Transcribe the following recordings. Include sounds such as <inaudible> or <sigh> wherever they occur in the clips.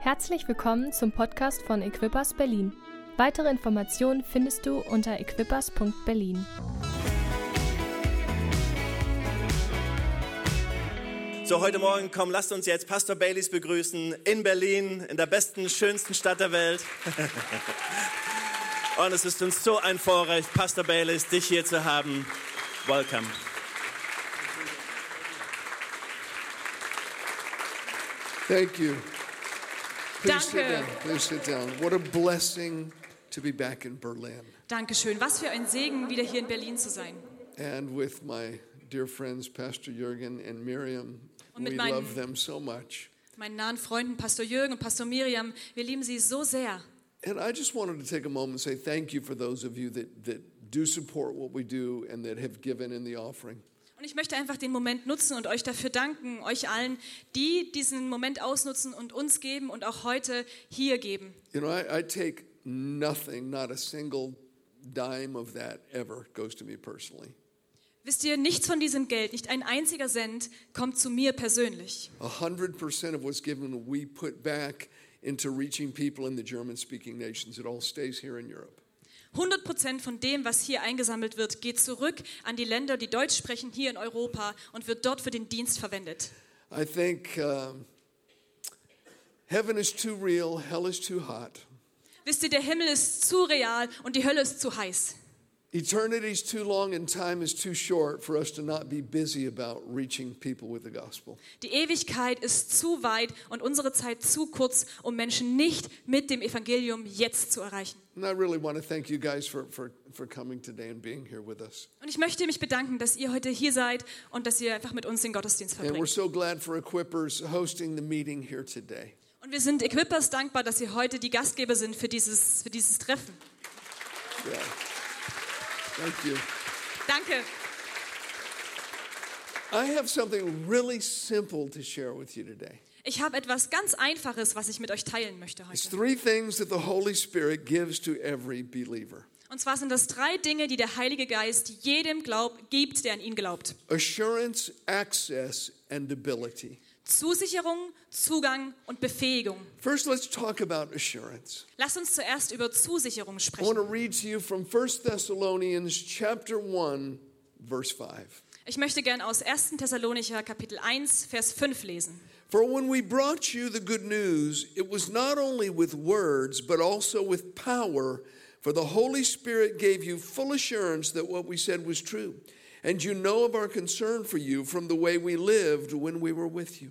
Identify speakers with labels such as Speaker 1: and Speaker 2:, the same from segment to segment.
Speaker 1: Herzlich willkommen zum Podcast von Equippers Berlin. Weitere Informationen findest du unter equippers.berlin.
Speaker 2: So, heute Morgen, komm, lasst uns jetzt Pastor Baileys begrüßen in Berlin, in der besten, schönsten Stadt der Welt. <laughs> Und es ist uns so ein Vorrecht, Pastor Baileys, dich hier zu haben. Welcome.
Speaker 3: Thank you. Please sit
Speaker 4: Danke.
Speaker 3: down. Please sit down. What a blessing to be back in Berlin
Speaker 4: Dankeschön. Was für ein Segen, wieder hier in Berlin zu sein.
Speaker 3: and with my dear friends Pastor Jürgen and Miriam.
Speaker 4: Und mit
Speaker 3: we
Speaker 4: meinen-
Speaker 3: love them so much.
Speaker 4: Meinen nahen Freunden Pastor Jürgen und Pastor Miriam, wir lieben sie so sehr.
Speaker 3: And I just wanted to take a moment and say thank you for those of you that, that do support what we do and that have given in the offering.
Speaker 4: Und ich möchte einfach den Moment nutzen und euch dafür danken, euch allen, die diesen Moment ausnutzen und uns geben und auch heute hier geben.
Speaker 3: You know, I, I take nothing, not a single dime of that ever goes to me personally.
Speaker 4: Wisst ihr, nichts von diesem Geld, nicht ein einziger Cent kommt zu mir persönlich.
Speaker 3: A 100% of what's given, we put back into reaching people in the German speaking nations. It all stays here in Europe.
Speaker 4: 100 Prozent von dem, was hier eingesammelt wird, geht zurück an die Länder, die Deutsch sprechen, hier in Europa und wird dort für den Dienst verwendet.
Speaker 3: I think um, heaven is too real, hell is too hot,
Speaker 4: Wisst ihr, der Himmel ist zu real und die Hölle ist zu heiß.
Speaker 3: eternity is too long, and time is too short for us to not be busy about reaching people with the gospel.
Speaker 4: Die Ewigkeit ist zu weit und unsere Zeit zu kurz, um Menschen nicht mit dem Evangelium jetzt zu erreichen.
Speaker 3: And I really want to thank you guys for, for, for coming today and being here with us.
Speaker 4: Und ich möchte mich bedanken, dass ihr heute hier seid und dass ihr einfach mit uns den Gottesdienst
Speaker 3: And we're
Speaker 4: verbringt.
Speaker 3: so glad for Equippers hosting the meeting here today.
Speaker 4: Und wir sind Equippers dankbar, dass ihr heute die Gastgeber sind für dieses, für dieses Treffen.
Speaker 3: Yeah. Thank you.
Speaker 4: Danke.
Speaker 3: I have something really simple to share with you today.
Speaker 4: Ich habe etwas ganz Einfaches, was ich mit euch teilen möchte
Speaker 3: It's
Speaker 4: heute.
Speaker 3: three things that the Holy Spirit gives to every believer
Speaker 4: Und zwar sind das drei Dinge, die der Heilige Geist jedem glaub, gibt, der an ihn glaubt.
Speaker 3: assurance, access, and ability.
Speaker 4: Zusicherung, Zugang und Befähigung.
Speaker 3: First, let's talk about assurance.
Speaker 4: Lasst uns zuerst über Zusicherung
Speaker 3: I want
Speaker 4: sprechen.
Speaker 3: to read to you from 1 Thessalonians chapter 1, verse 5.
Speaker 4: Ich möchte gern aus 1. Thessalonicher Kapitel 1, Vers 5 lesen.
Speaker 3: For when we brought you the good news, it was not only with words, but also with power, for the Holy Spirit gave you full assurance that what we said was true. And you know of our concern for you from the way we lived when we were with you.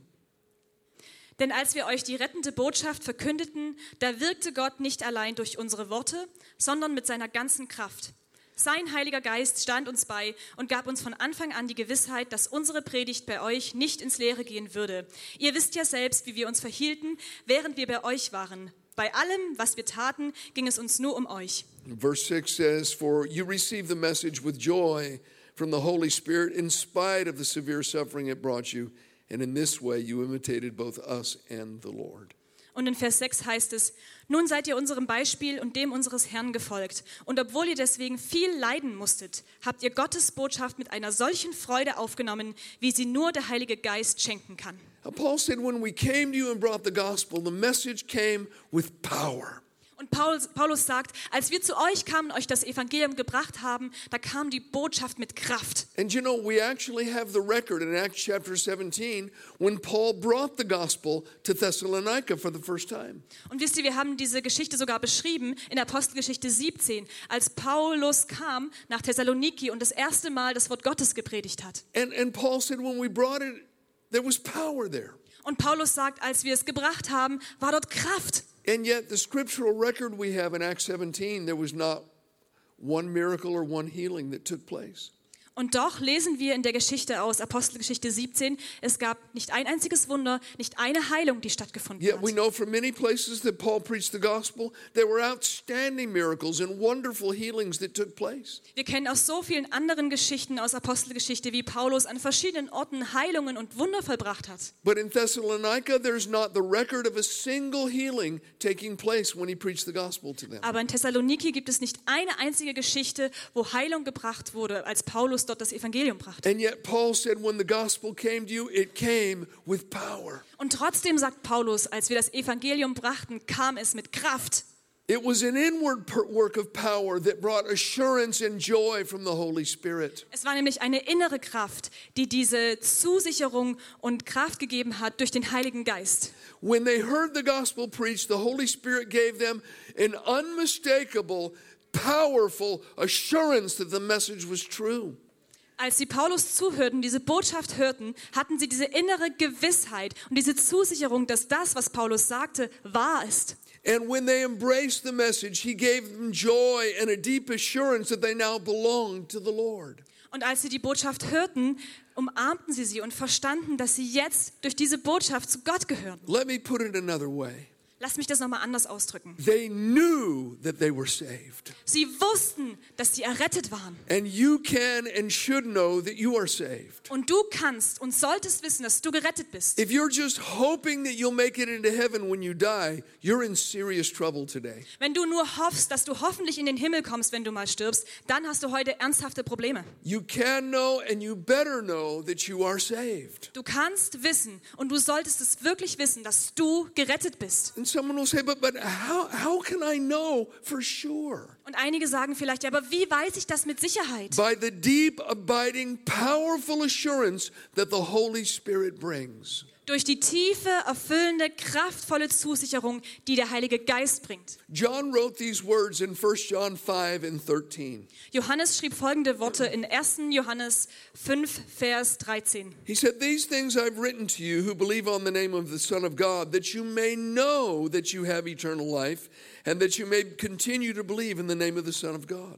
Speaker 4: Denn als wir euch die rettende Botschaft verkündeten, da wirkte Gott nicht allein durch unsere Worte, sondern mit seiner ganzen Kraft. Sein Heiliger Geist stand uns bei und gab uns von Anfang an die Gewissheit, dass unsere Predigt bei euch nicht ins Leere gehen würde. Ihr wisst ja selbst, wie wir uns verhielten, während wir bei euch waren. Bei allem, was wir taten, ging es uns nur um euch.
Speaker 3: Verse 6 says, For you received the message with joy from the Holy Spirit in spite of the severe suffering it brought you, and in this way you imitated both us and the Lord.
Speaker 4: Und in Vers 6 heißt es, nun seid ihr unserem Beispiel und dem unseres Herrn gefolgt. Und obwohl ihr deswegen viel leiden musstet, habt ihr Gottes Botschaft mit einer solchen Freude aufgenommen, wie sie nur der Heilige Geist schenken kann.
Speaker 3: Now, Paul said, When we came to you and brought the gospel, the message came with power.
Speaker 4: Und Paul, Paulus sagt, als wir zu euch kamen, euch das Evangelium gebracht haben, da kam die Botschaft mit Kraft.
Speaker 3: And you know, we actually have the record in Acts chapter 17 when Paul brought the gospel to Thessalonica for the first time.
Speaker 4: Und wisst ihr, wir haben diese Geschichte sogar beschrieben in Apostelgeschichte 17, als Paulus kam nach Thessaloniki und das erste Mal das Wort Gottes gepredigt hat.
Speaker 3: And, and Paul said, When we brought it, there was power there.
Speaker 4: Und Paulus sagt, als wir es gebracht haben, war dort Kraft.
Speaker 3: And yet, the scriptural record we have in Acts 17, there was not one miracle or one healing that took place.
Speaker 4: Und doch lesen wir in der Geschichte aus Apostelgeschichte 17, es gab nicht ein einziges Wunder, nicht eine Heilung, die stattgefunden
Speaker 3: Yet, we
Speaker 4: hat.
Speaker 3: know from many places that Paul preached the gospel, there were outstanding miracles and wonderful healings that took place.
Speaker 4: Wir kennen aus so vielen anderen Geschichten aus Apostelgeschichte, wie Paulus an verschiedenen Orten Heilungen und Wunder vollbracht hat.
Speaker 3: But in Thessalonica, there's not the record of a single healing taking place when he preached the gospel to them.
Speaker 4: Aber in Thessaloniki gibt es nicht eine einzige Geschichte, wo Heilung gebracht wurde, als Paulus Paulus dort das Evangelium brachte.
Speaker 3: And yet, Paul said, when the gospel came to you, it came with power.
Speaker 4: Und trotzdem sagt Paulus, als wir das Evangelium brachten, kam es mit Kraft.
Speaker 3: It was an inward per- work of power that brought assurance and joy from the Holy Spirit.
Speaker 4: Es war nämlich eine innere Kraft, die diese Zusicherung und Kraft gegeben hat durch den Heiligen Geist.
Speaker 3: When they heard the gospel preached, the Holy Spirit gave them an unmistakable, powerful assurance that the message was true.
Speaker 4: Als sie Paulus zuhörten, diese Botschaft hörten, hatten sie diese innere Gewissheit und diese Zusicherung, dass das, was Paulus sagte, wahr ist.
Speaker 3: And when they embraced the message, he gave them joy and a deep assurance that they now belonged to the Lord.
Speaker 4: Und als sie die Botschaft hörten, umarmten sie sie und verstanden, dass sie jetzt durch diese Botschaft zu Gott gehören.
Speaker 3: Let me put it another way
Speaker 4: Lass mich das nochmal anders ausdrücken.
Speaker 3: they knew that they were saved.
Speaker 4: Sie wussten, dass sie errettet waren.
Speaker 3: And you can and should know that you are saved.
Speaker 4: Und du kannst und solltest wissen, dass du gerettet bist.
Speaker 3: If you're just hoping that you'll make it into heaven when you die, you're in serious trouble today.
Speaker 4: Wenn du nur hoffst, dass du hoffentlich in den Himmel kommst, wenn du mal stirbst, dann hast du heute ernsthafte Probleme.
Speaker 3: You can know and you better know that you are saved.
Speaker 4: Du kannst wissen und du solltest es wirklich wissen, dass du gerettet bist.
Speaker 3: And someone will say, but, but how, how can I know for sure?
Speaker 4: Und einige sagen vielleicht, ja, aber wie weiß ich das mit Sicherheit?
Speaker 3: By the deep, abiding, powerful assurance that the Holy Spirit brings.
Speaker 4: Durch die tiefe, erfüllende, kraftvolle Zusicherung, die der Heilige Geist bringt.
Speaker 3: John wrote these words in 1 John 5 and 13.
Speaker 4: Johannes schrieb folgende Worte in 1. Johannes 5, Vers 13.
Speaker 3: He said, These things I've written to you who believe on the name of the Son of God, that you may know that you have eternal life, and that you may continue to believe in the name of the Son of God.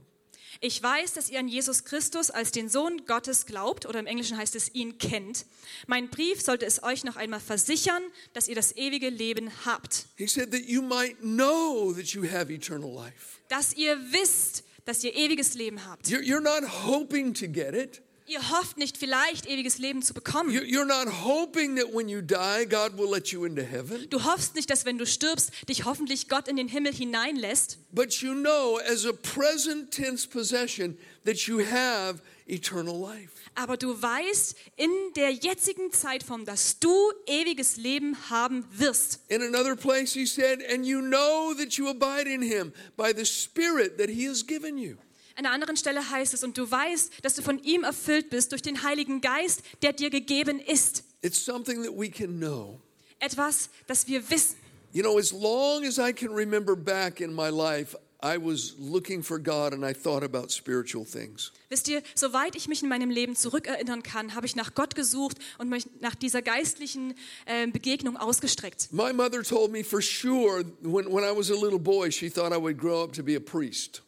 Speaker 4: Ich weiß, dass ihr an Jesus Christus als den Sohn Gottes glaubt, oder im Englischen heißt es ihn kennt. Mein Brief sollte es euch noch einmal versichern, dass ihr das ewige Leben habt.
Speaker 3: He said that you might know that you have eternal life.
Speaker 4: Dass ihr wisst, dass ihr ewiges Leben habt.
Speaker 3: You're, you're not hoping to get it.
Speaker 4: Ihr hofft nicht vielleicht ewiges Leben zu
Speaker 3: You're,
Speaker 4: bekommen.
Speaker 3: you're not hoping that when you die, God will let you into heaven.
Speaker 4: Du hoffst nicht, dass wenn du stirbst, dich hoffentlich Gott in den Himmel hineinlässt.
Speaker 3: But you know, as a present tense possession, that you have eternal life.
Speaker 4: Aber du weißt in der jetzigen Zeitform, dass du ewiges Leben haben wirst.
Speaker 3: In another place, he said, And you know that you abide in him by the Spirit that he has given you.
Speaker 4: An einer anderen Stelle heißt es, und du weißt, dass du von ihm erfüllt bist durch den Heiligen Geist, der dir gegeben ist.
Speaker 3: It's something that we can know.
Speaker 4: Etwas, das wir wissen.
Speaker 3: You know, as long as I can remember back in my life, I was looking for God and I thought about spiritual things.
Speaker 4: Wisst ihr, soweit ich mich in meinem Leben zurückerinnern kann, habe ich nach Gott gesucht und mich nach dieser geistlichen äh, Begegnung ausgestreckt.
Speaker 3: My mother told me for sure when, when I was a little boy, she thought I would grow up to be a priest.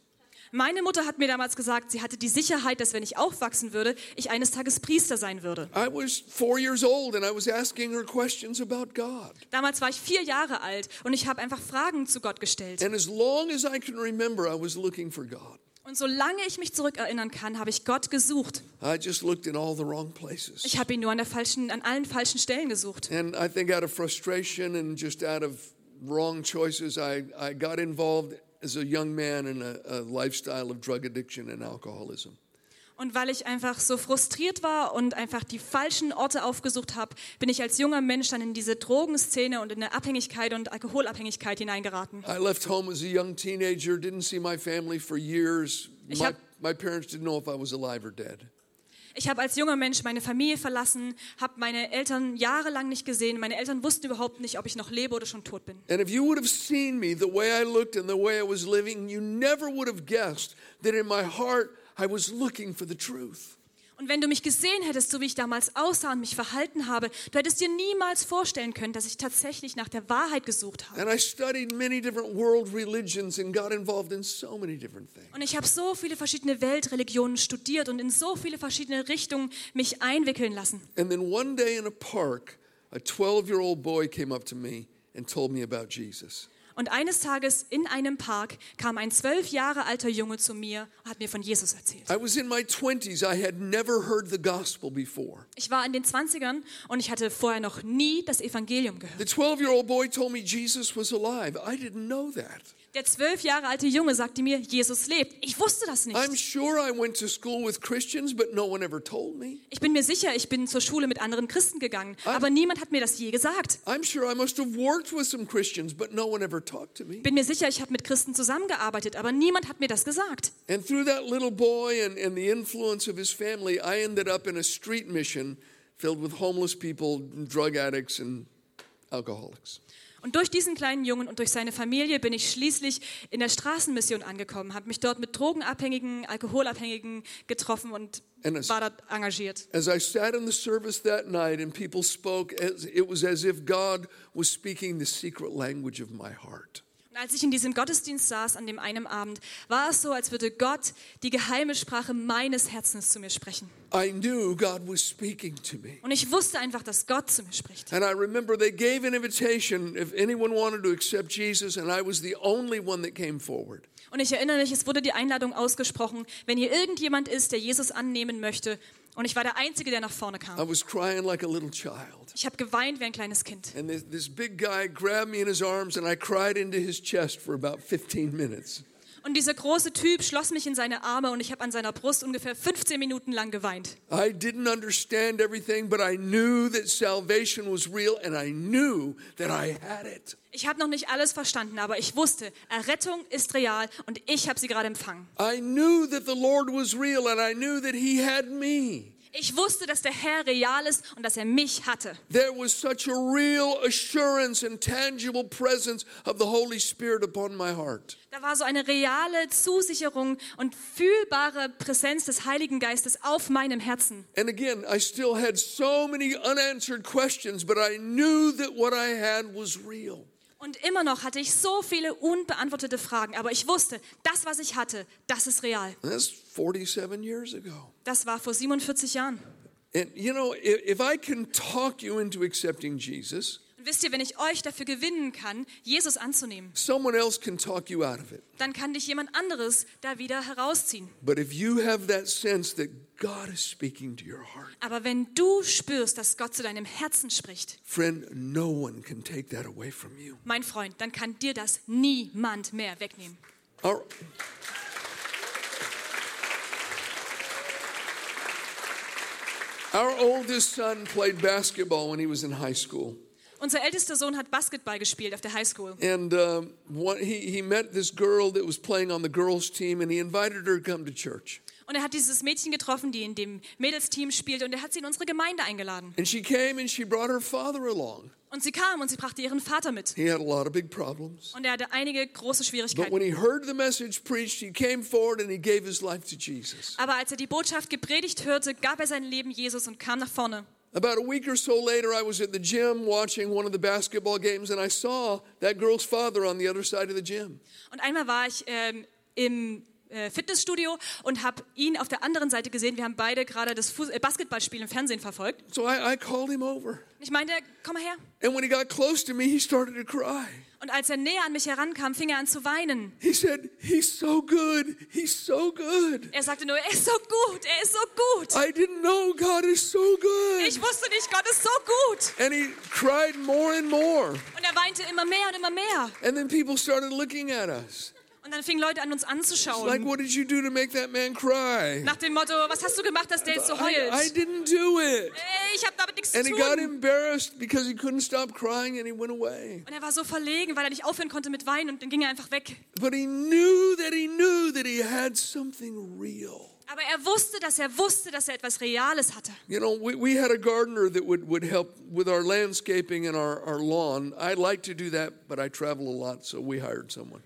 Speaker 4: Meine Mutter hat mir damals gesagt, sie hatte die Sicherheit, dass wenn ich aufwachsen würde, ich eines Tages Priester sein würde.
Speaker 3: I was four years old and I was asking her questions about God.
Speaker 4: Damals war ich vier Jahre alt und ich habe einfach Fragen zu Gott gestellt.
Speaker 3: And as long as I can remember, I was looking for God.
Speaker 4: Und solange ich mich zurückerinnern kann, habe ich Gott gesucht.
Speaker 3: I just looked in all the wrong places.
Speaker 4: Ich habe ihn nur an, der falschen, an allen falschen Stellen gesucht.
Speaker 3: And I think out of frustration and just out of wrong choices, I, I got involved as a young man in a, a lifestyle of drug addiction and alcoholism.
Speaker 4: Und weil ich einfach so frustriert war und einfach die falschen Orte aufgesucht habe, bin ich als junger Mensch dann in diese Drogenszene und in eine Abhängigkeit und Alkoholabhängigkeit hineingeraten.
Speaker 3: I left home as a young teenager, didn't see my family for years.
Speaker 4: Ich
Speaker 3: My,
Speaker 4: hab-
Speaker 3: my parents didn't know if I was alive or dead.
Speaker 4: Ich habe als junger Mensch meine Familie verlassen, habe meine Eltern jahrelang nicht gesehen. Meine Eltern wussten überhaupt nicht, ob ich noch lebe oder schon tot bin.
Speaker 3: And if you would have seen me the way I looked and the way I was living, you never would have guessed that in my heart I was looking for the truth.
Speaker 4: Und wenn du mich gesehen hättest, so wie ich damals aussah und mich verhalten habe, du hättest dir niemals vorstellen können, dass ich tatsächlich nach der Wahrheit gesucht habe.
Speaker 3: And I studied many different world religions and got involved in so many different things.
Speaker 4: Und ich habe so viele verschiedene Weltreligionen studiert und in so viele verschiedene Richtungen mich einwickeln lassen.
Speaker 3: And then one day in a park, a 12 year old boy came up to me and told me about Jesus.
Speaker 4: Und eines Tages in einem Park kam ein zwölf Jahre alter Junge zu mir und hat mir von Jesus erzählt.
Speaker 3: I was in my 20s. I had never heard the gospel before.
Speaker 4: Ich war in den 20ern und ich hatte vorher noch nie das Evangelium
Speaker 3: The
Speaker 4: gehört.
Speaker 3: 12 year old boy told me Jesus was alive. I didn't know that.
Speaker 4: Der zwölf Jahre alte Junge sagte mir, Jesus lebt. Ich wusste das
Speaker 3: I'm
Speaker 4: nicht.
Speaker 3: sure I went to school with Christians, but no one ever told me.
Speaker 4: Ich bin mir sicher, ich bin zur Schule mit anderen Christen gegangen, aber niemand hat mir das je gesagt.
Speaker 3: I'm sure I must have worked with some Christians, but no one ever talked to me.
Speaker 4: Ich bin mir sicher, ich habe mit Christen zusammengearbeitet, aber niemand hat mir das gesagt.
Speaker 3: And through that little boy and, and the influence of his family, I ended up in a street mission filled with homeless people, drug addicts, and alcoholics.
Speaker 4: Und durch diesen kleinen Jungen und durch seine Familie bin ich schließlich in der Straßenmission angekommen, habe mich dort mit Drogenabhängigen, Alkoholabhängigen getroffen und
Speaker 3: And as-
Speaker 4: war dort engagiert.
Speaker 3: As I sat in the service that night and people spoke, as, it was as if God was speaking the secret language of my heart.
Speaker 4: Und als ich in diesem Gottesdienst saß an dem einen Abend, war es so, als würde Gott die geheime Sprache meines Herzens zu mir sprechen.
Speaker 3: I knew God was speaking to me.
Speaker 4: Und ich wusste einfach, dass Gott zu mir spricht.
Speaker 3: And I remember they gave an invitation if anyone wanted to accept Jesus, and I was the only one that came forward.
Speaker 4: Und ich erinnere mich, es wurde die Einladung ausgesprochen, wenn hier irgendjemand ist, der Jesus annehmen möchte. Und ich war der Einzige, der nach vorne
Speaker 3: I
Speaker 4: kam.
Speaker 3: was crying like a little child.
Speaker 4: Ich habe geweint wie ein kleines Kind.
Speaker 3: And this, this big guy grabbed me in his arms, and I cried into his chest for about 15 minutes.
Speaker 4: Und dieser große Typ schloss mich in seine Arme und ich habe an seiner Brust ungefähr 15 Minuten lang geweint.
Speaker 3: I didn't understand everything, but I knew that salvation was real, and I knew that I had it.
Speaker 4: Ich habe noch nicht alles verstanden, aber ich wusste, Errettung ist real und ich habe sie gerade empfangen.
Speaker 3: I knew that the Lord was real, and I knew that he had me.
Speaker 4: Ich wusste, dass der Herr real ist und dass er mich hatte.
Speaker 3: There was such a real assurance and tangible presence of the Holy Spirit upon my heart.
Speaker 4: Da war so eine reale Zusicherung und fühlbare Präsenz des Heiligen Geistes auf meinem Herzen.
Speaker 3: And again, I still had so many unanswered questions, but I knew that what I had was real.
Speaker 4: Und immer noch hatte ich so viele unbeantwortete Fragen, aber ich wusste, das, was ich hatte, das ist real.
Speaker 3: And that's 47 years ago.
Speaker 4: Das war vor 47 Jahren.
Speaker 3: And you know, if, if I can talk you into accepting Jesus,
Speaker 4: Und wisst ihr, wenn ich euch dafür gewinnen kann, Jesus anzunehmen,
Speaker 3: someone else can talk you out of it.
Speaker 4: dann kann dich jemand anderes da wieder herausziehen.
Speaker 3: But if you have that sense that God is speaking to your heart,
Speaker 4: Aber wenn du spürst, dass Gott zu deinem Herzen spricht,
Speaker 3: friend, no one can take that away from you.
Speaker 4: mein Freund, dann kann dir das niemand mehr wegnehmen.
Speaker 3: Our- Our oldest son played basketball when he was in high school.
Speaker 4: Unser ältester Sohn hat Basketball gespielt auf der Highschool.
Speaker 3: And um, one, he, he met this girl that was playing on the girls' team, and he invited her to come to church.
Speaker 4: Und er hat dieses Mädchen getroffen, die in dem Mädelsteam spielte, und er hat sie in unsere Gemeinde eingeladen.
Speaker 3: And she came and she brought her father along.
Speaker 4: Und sie kam und sie brachte ihren Vater mit.
Speaker 3: He had a lot of big problems.
Speaker 4: Und er hatte einige
Speaker 3: But
Speaker 4: große
Speaker 3: when
Speaker 4: Schwierigkeiten.
Speaker 3: he heard the message preached, he came forward and he gave his life to Jesus.
Speaker 4: Aber als er die Botschaft gepredigt hörte, gab er sein Leben Jesus und kam nach vorne.
Speaker 3: About a week or so later, I was at the gym watching one of the basketball games, and I saw that girl's father on the other side of the gym.
Speaker 4: Und einmal war ich ähm, im äh, Fitnessstudio und habe ihn auf der anderen Seite gesehen. Wir haben beide gerade das Fuß äh, Basketballspiel im Fernsehen verfolgt.
Speaker 3: So I, I called him over.
Speaker 4: Und ich meinte, komm mal her.
Speaker 3: And when he got close to me, he started to cry.
Speaker 4: Und als er näher an mich herankam, fing er an zu weinen.
Speaker 3: He said, He's so good. He's so good.
Speaker 4: Er sagte nur, er ist so gut, er ist so gut.
Speaker 3: I didn't know God is so good.
Speaker 4: Ich wusste nicht, Gott ist so gut.
Speaker 3: And he cried more and more.
Speaker 4: Und er weinte immer mehr und immer mehr.
Speaker 3: And then people started looking at us.
Speaker 4: Und dann fingen Leute an, uns
Speaker 3: It's like,
Speaker 4: anzuschauen.
Speaker 3: what did you do to make that man cry?
Speaker 4: Nach dem Motto, was hast du gemacht, dass der jetzt so
Speaker 3: I, I
Speaker 4: heult?
Speaker 3: didn't do it.
Speaker 4: Äh, Ich habe damit nichts zu
Speaker 3: And he got
Speaker 4: tun.
Speaker 3: embarrassed because he couldn't stop crying and he went away.
Speaker 4: Und er war so verlegen, weil er nicht aufhören konnte mit Weinen und dann ging er einfach weg.
Speaker 3: But he knew that he knew that he had something real.
Speaker 4: Aber er wusste, dass er wusste, dass er etwas Reales hatte.
Speaker 3: You know, we, we had a gardener that would, would help with our landscaping and our, our lawn. I like to do that, but I travel a lot, so we hired someone.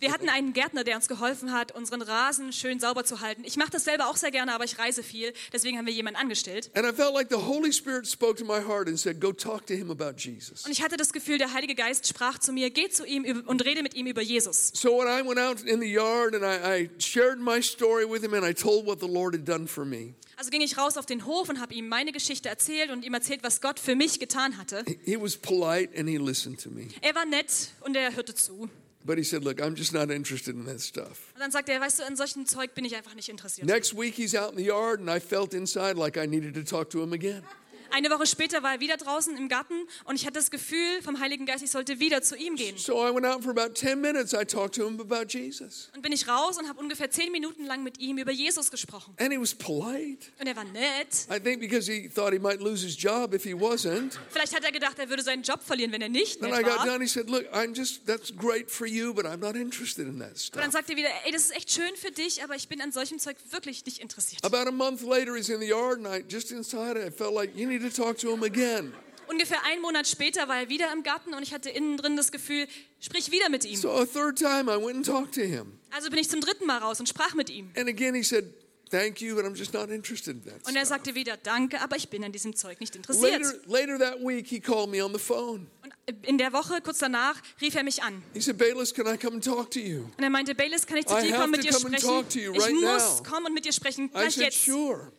Speaker 4: Wir hatten einen Gärtner, der uns geholfen hat, unseren Rasen schön sauber zu halten. Ich mache das selber auch sehr gerne, aber ich reise viel. Deswegen haben wir jemanden angestellt.
Speaker 3: And I felt like the Holy Spirit spoke to my heart and said, Go talk to him about Jesus.
Speaker 4: Und ich hatte das Gefühl, der Heilige Geist sprach zu mir, geh zu ihm üb- und rede mit ihm über Jesus.
Speaker 3: So when I went out in the yard and I, I shared my story with him and I told what the Lord had done for me,
Speaker 4: Also ging ich raus auf den Hof und habe ihm meine Geschichte erzählt und ihm erzählt, was Gott für mich getan hatte.
Speaker 3: he- he was polite and he listened to me.
Speaker 4: Er war nett und er hörte zu. Und
Speaker 3: But he said, Look, I'm just not interested in that stuff.
Speaker 4: dann sagte er, weißt du, an solchen Zeug bin ich einfach nicht interessiert.
Speaker 3: Next week he's out in the yard and I felt inside like I needed to talk to him again.
Speaker 4: Eine Woche später war er wieder draußen im Garten und ich hatte das Gefühl vom Heiligen Geist, ich sollte wieder zu ihm gehen.
Speaker 3: So I went out for about 10 minutes. I talked to him about Jesus.
Speaker 4: Und bin ich raus und habe ungefähr zehn Minuten lang mit ihm über Jesus gesprochen.
Speaker 3: And he was polite.
Speaker 4: Und er war nett.
Speaker 3: I think because he thought he might lose his job if he <laughs> wasn't.
Speaker 4: Vielleicht hat er gedacht, er würde seinen Job verlieren, wenn er nicht
Speaker 3: Then
Speaker 4: nett
Speaker 3: I got
Speaker 4: war.
Speaker 3: done. He said, Look, I'm just, that's great for you, but I'm not interested in that
Speaker 4: Aber dann
Speaker 3: stuff.
Speaker 4: sagt er wieder, ey, das ist echt schön für dich, aber ich bin an solchem Zeug wirklich nicht interessiert.
Speaker 3: About a month later, he's in the yard, and I just inside, I felt like you need to talk to him again.
Speaker 4: Ungefähr einen Monat später war er wieder im Garten und ich hatte innen drin das Gefühl, sprich wieder mit ihm.
Speaker 3: So a third time, I went and talked to him.
Speaker 4: Also bin ich zum dritten Mal raus und sprach mit ihm.
Speaker 3: And again, he said, Thank you, but I'm just not interested in that
Speaker 4: Und er
Speaker 3: stuff.
Speaker 4: sagte wieder, danke, aber ich bin an diesem Zeug nicht interessiert.
Speaker 3: Later, later that week, he called me on the phone.
Speaker 4: Und in der Woche, kurz danach, rief er mich an.
Speaker 3: He said, Bayless, can I come and talk to you?
Speaker 4: Und er meinte, Bayless, kann ich zu
Speaker 3: I
Speaker 4: dir
Speaker 3: have
Speaker 4: kommen, mit
Speaker 3: to
Speaker 4: dir
Speaker 3: come and
Speaker 4: sprechen?
Speaker 3: talk to you
Speaker 4: Ich
Speaker 3: right
Speaker 4: muss
Speaker 3: now.
Speaker 4: kommen und mit dir sprechen,
Speaker 3: I
Speaker 4: gleich
Speaker 3: said,
Speaker 4: jetzt.
Speaker 3: Sure.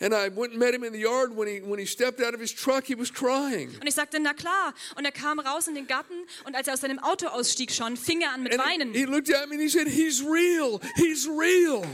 Speaker 3: And I went and met him in the yard. When he, when he stepped out of his truck, he was crying.
Speaker 4: Und ich sagte, na klar. Und er kam raus in den Garten und als er aus seinem Auto ausstieg schon, fing er an mit
Speaker 3: And
Speaker 4: Weinen.
Speaker 3: he, he looked at me and he said, He's real. He's real.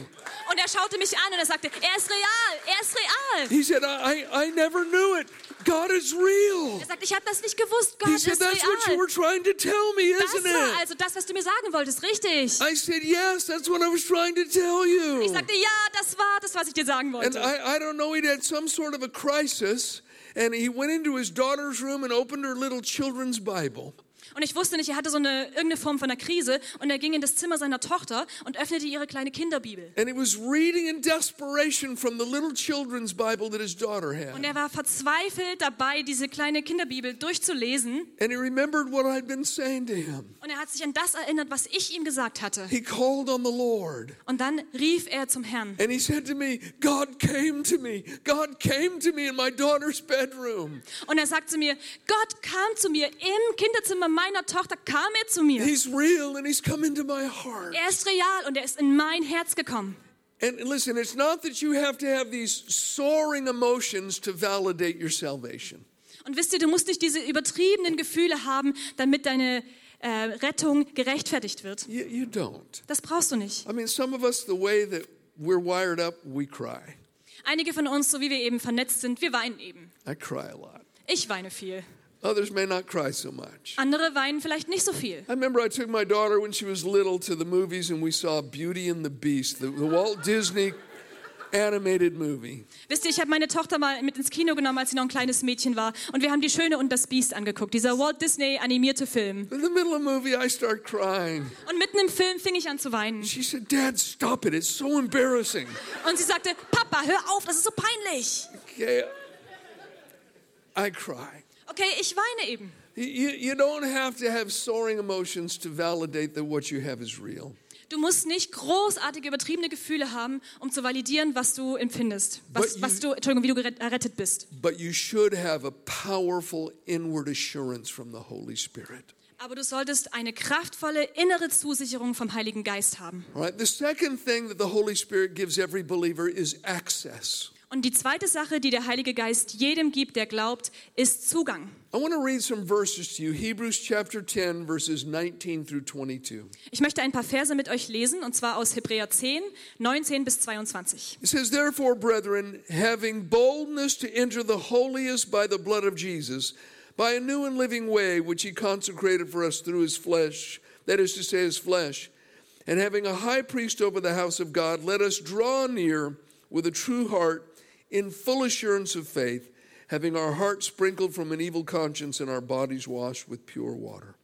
Speaker 4: Und er schaute mich an und er sagte, er ist real, er ist real.
Speaker 3: He said, I, I, I never knew it. God is real.
Speaker 4: Er sagt, ich habe das nicht gewusst, Gott
Speaker 3: He
Speaker 4: ist
Speaker 3: said, That's what you
Speaker 4: real.
Speaker 3: were trying to tell me,
Speaker 4: Das
Speaker 3: isn't
Speaker 4: war
Speaker 3: it?
Speaker 4: also das, was du mir sagen wolltest, richtig.
Speaker 3: I said, Yes, that's what I was trying to tell
Speaker 4: Ich
Speaker 3: you.
Speaker 4: sagte, ja, das war das, was ich dir sagen
Speaker 3: And
Speaker 4: wollte.
Speaker 3: I, I don't know, he'd had some sort of a crisis. And he went into his daughter's room and opened her little children's Bible.
Speaker 4: Und ich wusste nicht, er hatte so eine irgendeine Form von einer Krise und er ging in das Zimmer seiner Tochter und öffnete ihre kleine Kinderbibel.
Speaker 3: And he was reading in desperation from the little children's Bible that his daughter had.
Speaker 4: Und er war verzweifelt dabei, diese kleine Kinderbibel durchzulesen
Speaker 3: And he remembered what I'd been saying to him.
Speaker 4: und er hat sich an das erinnert, was ich ihm gesagt hatte.
Speaker 3: He called on the Lord.
Speaker 4: Und dann rief er zum Herrn.
Speaker 3: And he said to me, God came to me. God came to me in my daughter's bedroom.
Speaker 4: Und er sagte mir, Gott kam zu mir im Kinderzimmer meiner Tochter, kam er zu mir.
Speaker 3: He's real and he's come into my heart.
Speaker 4: Er ist real und er ist in mein Herz gekommen.
Speaker 3: And listen, it's not that you have to have these soaring emotions to validate your salvation.
Speaker 4: Und wisst ihr, du musst nicht diese übertriebenen Gefühle haben, damit deine äh, Rettung gerechtfertigt wird.
Speaker 3: You, you don't.
Speaker 4: Das brauchst du nicht.
Speaker 3: I mean, some of us, the way that we're wired up, we cry.
Speaker 4: Einige von uns, so wie wir eben vernetzt sind, wir weinen eben.
Speaker 3: I cry a lot.
Speaker 4: Ich weine viel.
Speaker 3: Others may not cry so much.
Speaker 4: Andere weinen vielleicht nicht so viel.
Speaker 3: I remember I took my daughter when she was little to the movies and we saw Beauty and the Beast, the, the Walt Disney animated movie.
Speaker 4: Wisst ihr, ich habe meine Tochter mal mit ins Kino genommen, als sie noch ein kleines Mädchen war. Und wir haben Die Schöne und das Biest angeguckt. Dieser Walt Disney animierte Film.
Speaker 3: In the middle of the movie, I start crying.
Speaker 4: Und mitten im Film fing ich an zu weinen.
Speaker 3: She said, Dad, stop it. It's so embarrassing.
Speaker 4: Und sie sagte, Papa, hör auf, das ist so peinlich.
Speaker 3: Okay. I cry.
Speaker 4: Okay, ich weine eben.
Speaker 3: You, you don't have to have soaring emotions to validate that what you have is real.
Speaker 4: Du musst nicht großartige, übertriebene Gefühle haben, um zu validieren, was du empfindest. Was,
Speaker 3: But
Speaker 4: was
Speaker 3: you-
Speaker 4: du, Entschuldigung, wie du gerettet- errettet bist.
Speaker 3: But you should have a powerful inward assurance from the Holy Spirit.
Speaker 4: Aber du solltest eine kraftvolle innere Zusicherung vom Heiligen Geist haben.
Speaker 3: All right. The second thing that the Holy Spirit gives every believer is access.
Speaker 4: Und die zweite Sache, die der Heilige Geist jedem gibt, der glaubt, ist Zugang.
Speaker 3: I want to read some verses to you Hebrews chapter 10, verses 19 through 22.
Speaker 4: Ich möchte ein paar Verse mit euch lesen, und zwar aus Hebräer 10, 19 bis 22.
Speaker 3: It says, Therefore, brethren, having boldness to enter the holiest by the blood of Jesus, by a new and living way which he consecrated for us through his flesh, that is to say, his flesh, and having a high priest over the house of God, let us draw near with a true heart in full assurance of faith, having our hearts sprinkled from an evil conscience and our bodies washed with pure water.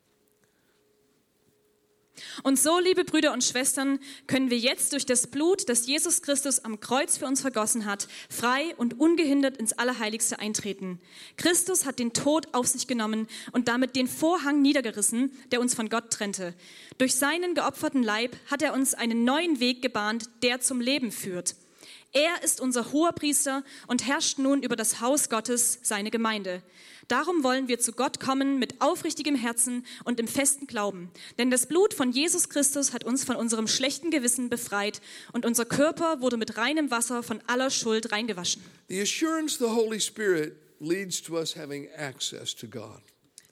Speaker 4: Und so, liebe Brüder und Schwestern, können wir jetzt durch das Blut, das Jesus Christus am Kreuz für uns vergossen hat, frei und ungehindert ins Allerheiligste eintreten. Christus hat den Tod auf sich genommen und damit den Vorhang niedergerissen, der uns von Gott trennte. Durch seinen geopferten Leib hat er uns einen neuen Weg gebahnt, der zum Leben führt. Er ist unser Hoherpriester und herrscht nun über das Haus Gottes, seine Gemeinde. Darum wollen wir zu Gott kommen mit aufrichtigem Herzen und im festen Glauben. Denn das Blut von Jesus Christus hat uns von unserem schlechten Gewissen befreit und unser Körper wurde mit reinem Wasser von aller Schuld reingewaschen.
Speaker 3: The assurance the Holy Spirit leads to us having access to God.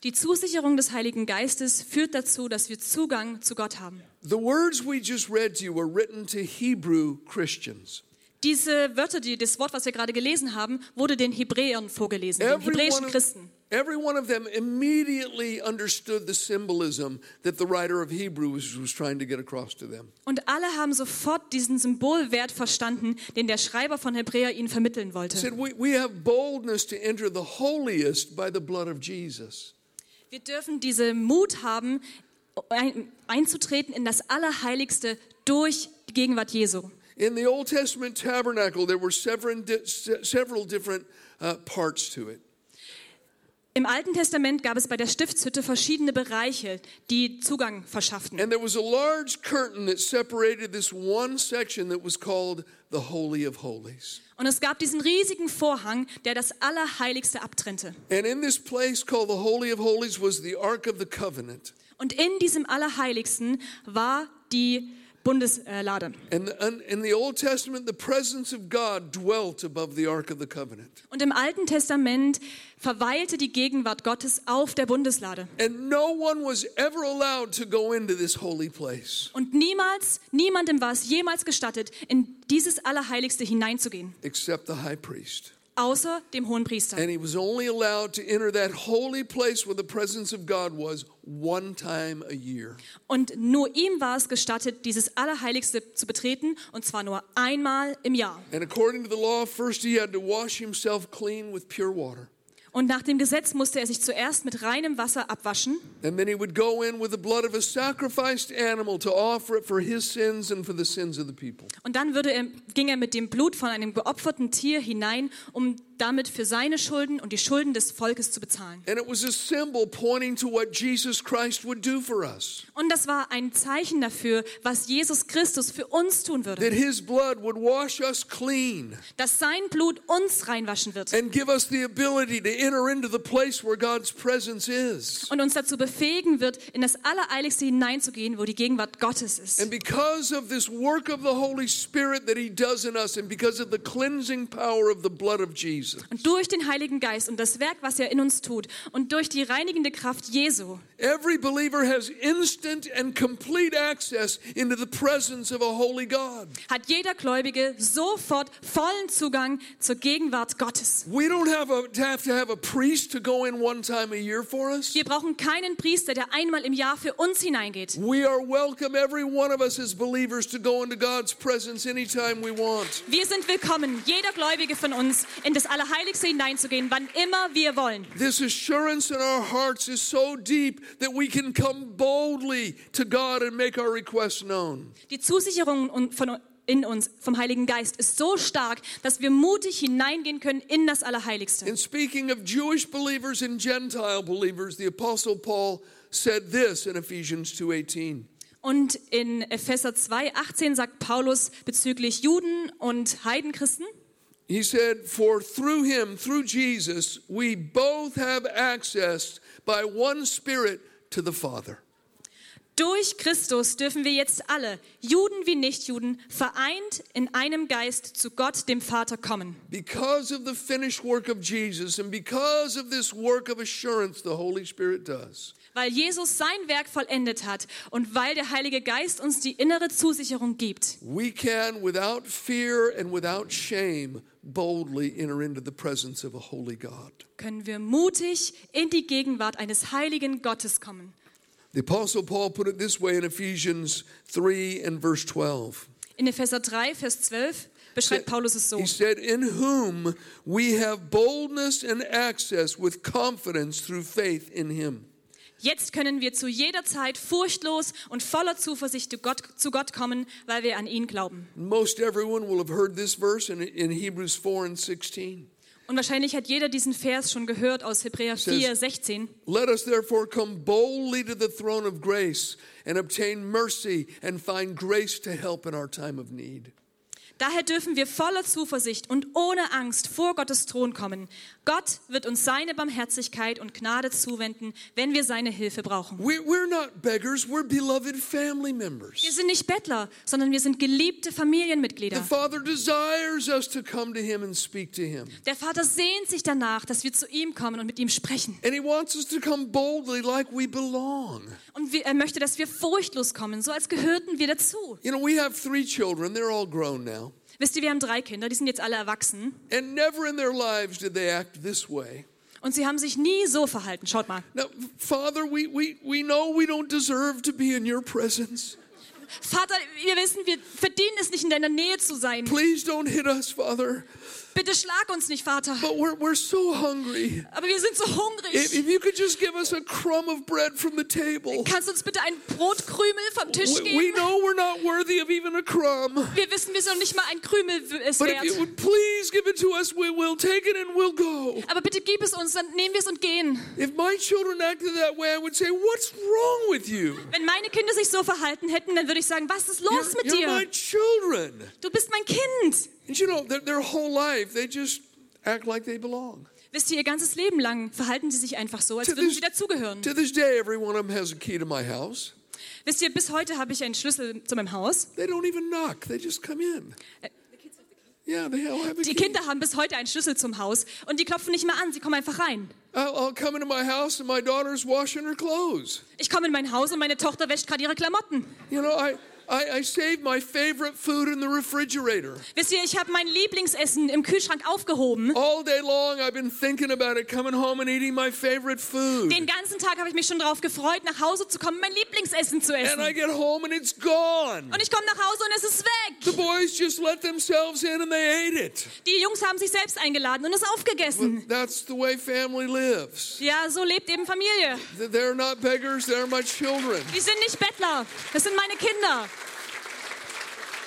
Speaker 4: Die Zusicherung des Heiligen Geistes führt dazu, dass wir Zugang zu Gott haben.
Speaker 3: The words we just read to you were written to Hebrew Christians.
Speaker 4: Diese Wörter, die, das Wort, was wir gerade gelesen haben, wurde den Hebräern vorgelesen, den
Speaker 3: Every
Speaker 4: hebräischen
Speaker 3: one, of,
Speaker 4: Christen.
Speaker 3: every one of them immediately understood the symbolism that the writer of Hebrews was trying to get across to them.
Speaker 4: Und alle haben sofort diesen Symbolwert verstanden, den der Schreiber von Hebräer ihnen vermitteln
Speaker 3: He
Speaker 4: wollte.
Speaker 3: said, we, we have boldness to enter the holiest by the blood of Jesus.
Speaker 4: Wir dürfen diesen Mut haben, ein, einzutreten in das Allerheiligste durch die Gegenwart Jesu.
Speaker 3: In the Old Testament tabernacle, there were several, di- se- several different uh, parts to it.
Speaker 4: Im Alten Testament gab es bei der Stiftshütte verschiedene Bereiche, die Zugang verschafften.
Speaker 3: And there was a large curtain that separated this one section that was called the Holy of Holies.
Speaker 4: Und es gab diesen riesigen Vorhang, der das Allerheiligste abtrennte.
Speaker 3: And in this place called the Holy of Holies was the Ark of the Covenant.
Speaker 4: Und in diesem Allerheiligsten war die Bundeslade.
Speaker 3: And the, un- in the Old Testament, the presence of God dwelt above the Ark of the Covenant.
Speaker 4: Und im Alten Testament verweilte die Gegenwart Gottes auf der Bundeslade.
Speaker 3: And no one was ever allowed to go into this holy place
Speaker 4: Und niemals, niemandem war es jemals gestattet, in dieses Allerheiligste hineinzugehen,
Speaker 3: except the high priest.
Speaker 4: außer dem Hohenpriester.
Speaker 3: And he was only allowed to enter that holy place where the presence of God was one time a year.
Speaker 4: Und nur ihm war es gestattet, dieses Allerheiligste zu betreten, und zwar nur einmal im Jahr.
Speaker 3: And according to the law, first he had to wash himself clean with pure water.
Speaker 4: Und nach dem Gesetz musste er sich zuerst mit reinem Wasser abwaschen.
Speaker 3: And then he would go in with the blood of a sacrificed animal to offer it for his sins and for the sins of the people.
Speaker 4: Und dann würde er, ging er mit dem Blut von einem geopferten Tier hinein, um damit für seine Schulden und die Schulden des Volkes zu bezahlen.
Speaker 3: And it was a symbol pointing to what Jesus Christ would do for us.
Speaker 4: Und das war ein Zeichen dafür, was Jesus Christus für uns tun würde,
Speaker 3: That his blood would wash us clean
Speaker 4: dass sein Blut uns reinwaschen wird
Speaker 3: and give us the ability to enter into the place where God's presence is.
Speaker 4: und uns dazu befähigen wird, in das Allereiligste hineinzugehen, wo die Gegenwart Gottes ist.
Speaker 3: And because of this work of the Holy Spirit that he does in us and because of the cleansing power of the blood of Jesus,
Speaker 4: Und durch den Heiligen Geist und das Werk, was er in uns tut und durch die reinigende Kraft Jesu,
Speaker 3: every believer has instant and complete access into the presence of a holy God.
Speaker 4: hat jeder Gläubige sofort vollen Zugang zur Gegenwart Gottes.
Speaker 3: We don't have, a, to have to have a priest to go in one time a year for us.
Speaker 4: Wir brauchen keinen Priester, der einmal im Jahr für uns hineingeht.
Speaker 3: We are welcome, every one of us as believers, to go into God's presence anytime we want.
Speaker 4: Wir sind willkommen, jeder Gläubige von uns, in das Allerheiligste hineinzugehen, wann immer wir wollen.
Speaker 3: This assurance in our hearts is so deep that we can come boldly to God and make our requests known.
Speaker 4: Die Zusicherung un- von, in uns vom Heiligen Geist ist so stark, dass wir mutig hineingehen können in das Allerheiligste.
Speaker 3: And speaking of Jewish believers and Gentile believers, the apostle Paul said this in Ephesians 2:18.
Speaker 4: Und in Epheser 2, 18 sagt Paulus bezüglich Juden und Heidenchristen,
Speaker 3: He said, "For through him, through Jesus, we both have access by one spirit to the Father."
Speaker 4: durch Christus dürfen wir jetzt alle, Juden wie Nichtjuden, vereint in einem Geist zu Gott, dem Vater, kommen.
Speaker 3: Because of the finished work of Jesus and because of this work of assurance the Holy Spirit does,
Speaker 4: Weil Jesus sein Werk vollendet hat und weil der Heilige Geist uns die innere Zusicherung gibt.
Speaker 3: we can, without fear and without shame, boldly enter into the presence of a holy God.
Speaker 4: können wir mutig in die Gegenwart eines heiligen Gottes kommen.
Speaker 3: The Apostle Paul put it this way in Ephesians 3 and verse 12.
Speaker 4: In Epheser 3, Vers 12 beschreibt Paulus es so.
Speaker 3: He said, In whom we have boldness and access with confidence through faith in him.
Speaker 4: Jetzt können wir zu jeder Zeit furchtlos und voller Zuversicht zu Gott, zu Gott kommen, weil wir an ihn glauben.
Speaker 3: Most everyone will have heard this verse in, in Hebrews 4 and 16.
Speaker 4: Und wahrscheinlich hat jeder diesen Vers schon gehört aus Hebräer 4, 16.
Speaker 3: Let us therefore come boldly to the throne of grace and obtain mercy and find grace to help in our time of need.
Speaker 4: Daher dürfen wir voller Zuversicht und ohne Angst vor Gottes Thron kommen. Gott wird uns seine Barmherzigkeit und Gnade zuwenden, wenn wir seine Hilfe brauchen.
Speaker 3: We're, we're not beggars, we're beloved family
Speaker 4: Wir
Speaker 3: members.
Speaker 4: sind nicht Bettler, sondern wir sind geliebte
Speaker 3: The
Speaker 4: Familienmitglieder.
Speaker 3: Father desires us to come to Him and speak to Him.
Speaker 4: Der Vater sehnt sich danach, dass wir zu ihm kommen und mit ihm sprechen.
Speaker 3: And He wants us to come boldly like we belong.
Speaker 4: Und wir- er möchte, dass wir furchtlos kommen, so als gehörten wir dazu.
Speaker 3: You know, we have three children, they're all grown now.
Speaker 4: Wisst ihr, wir haben drei Kinder, die sind jetzt alle erwachsen.
Speaker 3: And never in their lives did they act this way.
Speaker 4: Und sie haben sich nie so verhalten. Schaut mal.
Speaker 3: Now, Father, we, we, we know we don't deserve to be in your presence.
Speaker 4: Vater, wir wissen, wir verdienen es nicht, in deiner Nähe zu sein.
Speaker 3: Please don't hit us, Father.
Speaker 4: Bitte schlag uns nicht, Vater.
Speaker 3: But we're, we're so hungry.
Speaker 4: Aber wir sind so
Speaker 3: If,
Speaker 4: hungrig.
Speaker 3: if you could just give us a crumb of bread from the table.
Speaker 4: Kannst du uns bitte einen Brotkrümel vom Tisch
Speaker 3: äh. We, we
Speaker 4: geben?
Speaker 3: know we're not worthy of even a crumb.
Speaker 4: Wir wissen, wir sind noch nicht mal ein Krümel w- es
Speaker 3: But if you
Speaker 4: wert.
Speaker 3: would please give it to us, we will take it and we'll go.
Speaker 4: Aber bitte gib es uns, dann nehmen wir es und gehen.
Speaker 3: If my children acted that way, I would say, What's wrong with you?
Speaker 4: Wenn meine Kinder sich so verhalten hätten, dann würde ich sagen, was ist
Speaker 3: You're,
Speaker 4: los mit
Speaker 3: you're my
Speaker 4: dir?
Speaker 3: children.
Speaker 4: Du bist mein Kind.
Speaker 3: And you know, their, their whole life, they just act like they belong.
Speaker 4: Wisst ihr, ihr ganzes Leben lang verhalten sie sich einfach so, als
Speaker 3: To
Speaker 4: würden
Speaker 3: this,
Speaker 4: sie dazugehören.
Speaker 3: to this day, every one of them has a key to my house.
Speaker 4: Wisst ihr, bis heute habe ich einen Schlüssel zu meinem Haus.
Speaker 3: They don't even knock, they just come in.
Speaker 4: Eh,
Speaker 3: Yeah, they all have a
Speaker 4: Die
Speaker 3: key.
Speaker 4: Kinder haben bis heute einen Schlüssel zum Haus und die klopfen nicht mehr an, sie kommen einfach rein.
Speaker 3: I'll, I'll come into my house and my daughter's washing her clothes.
Speaker 4: Ich komme in mein Haus und meine Tochter wäscht gerade ihre Klamotten.
Speaker 3: You know, I, I, I save my favorite food in the refrigerator.
Speaker 4: Wisst ihr, ich habe mein Lieblingsessen im Kühlschrank aufgehoben.
Speaker 3: All day long, I've been thinking about it, coming home and eating my favorite food.
Speaker 4: Den ganzen Tag habe ich mich schon darauf gefreut, nach Hause zu kommen, mein Lieblingsessen zu essen.
Speaker 3: And I
Speaker 4: Und
Speaker 3: get home and it's gone.
Speaker 4: ich komme nach Hause und es ist
Speaker 3: The
Speaker 4: weg.
Speaker 3: boys just let themselves in and they ate it.
Speaker 4: Die Jungs haben sich selbst eingeladen und es aufgegessen.
Speaker 3: That's the way family lives.
Speaker 4: Ja, so lebt eben Familie.
Speaker 3: They're not beggars, they're my children.
Speaker 4: Die sind nicht Bettler, das sind meine Kinder.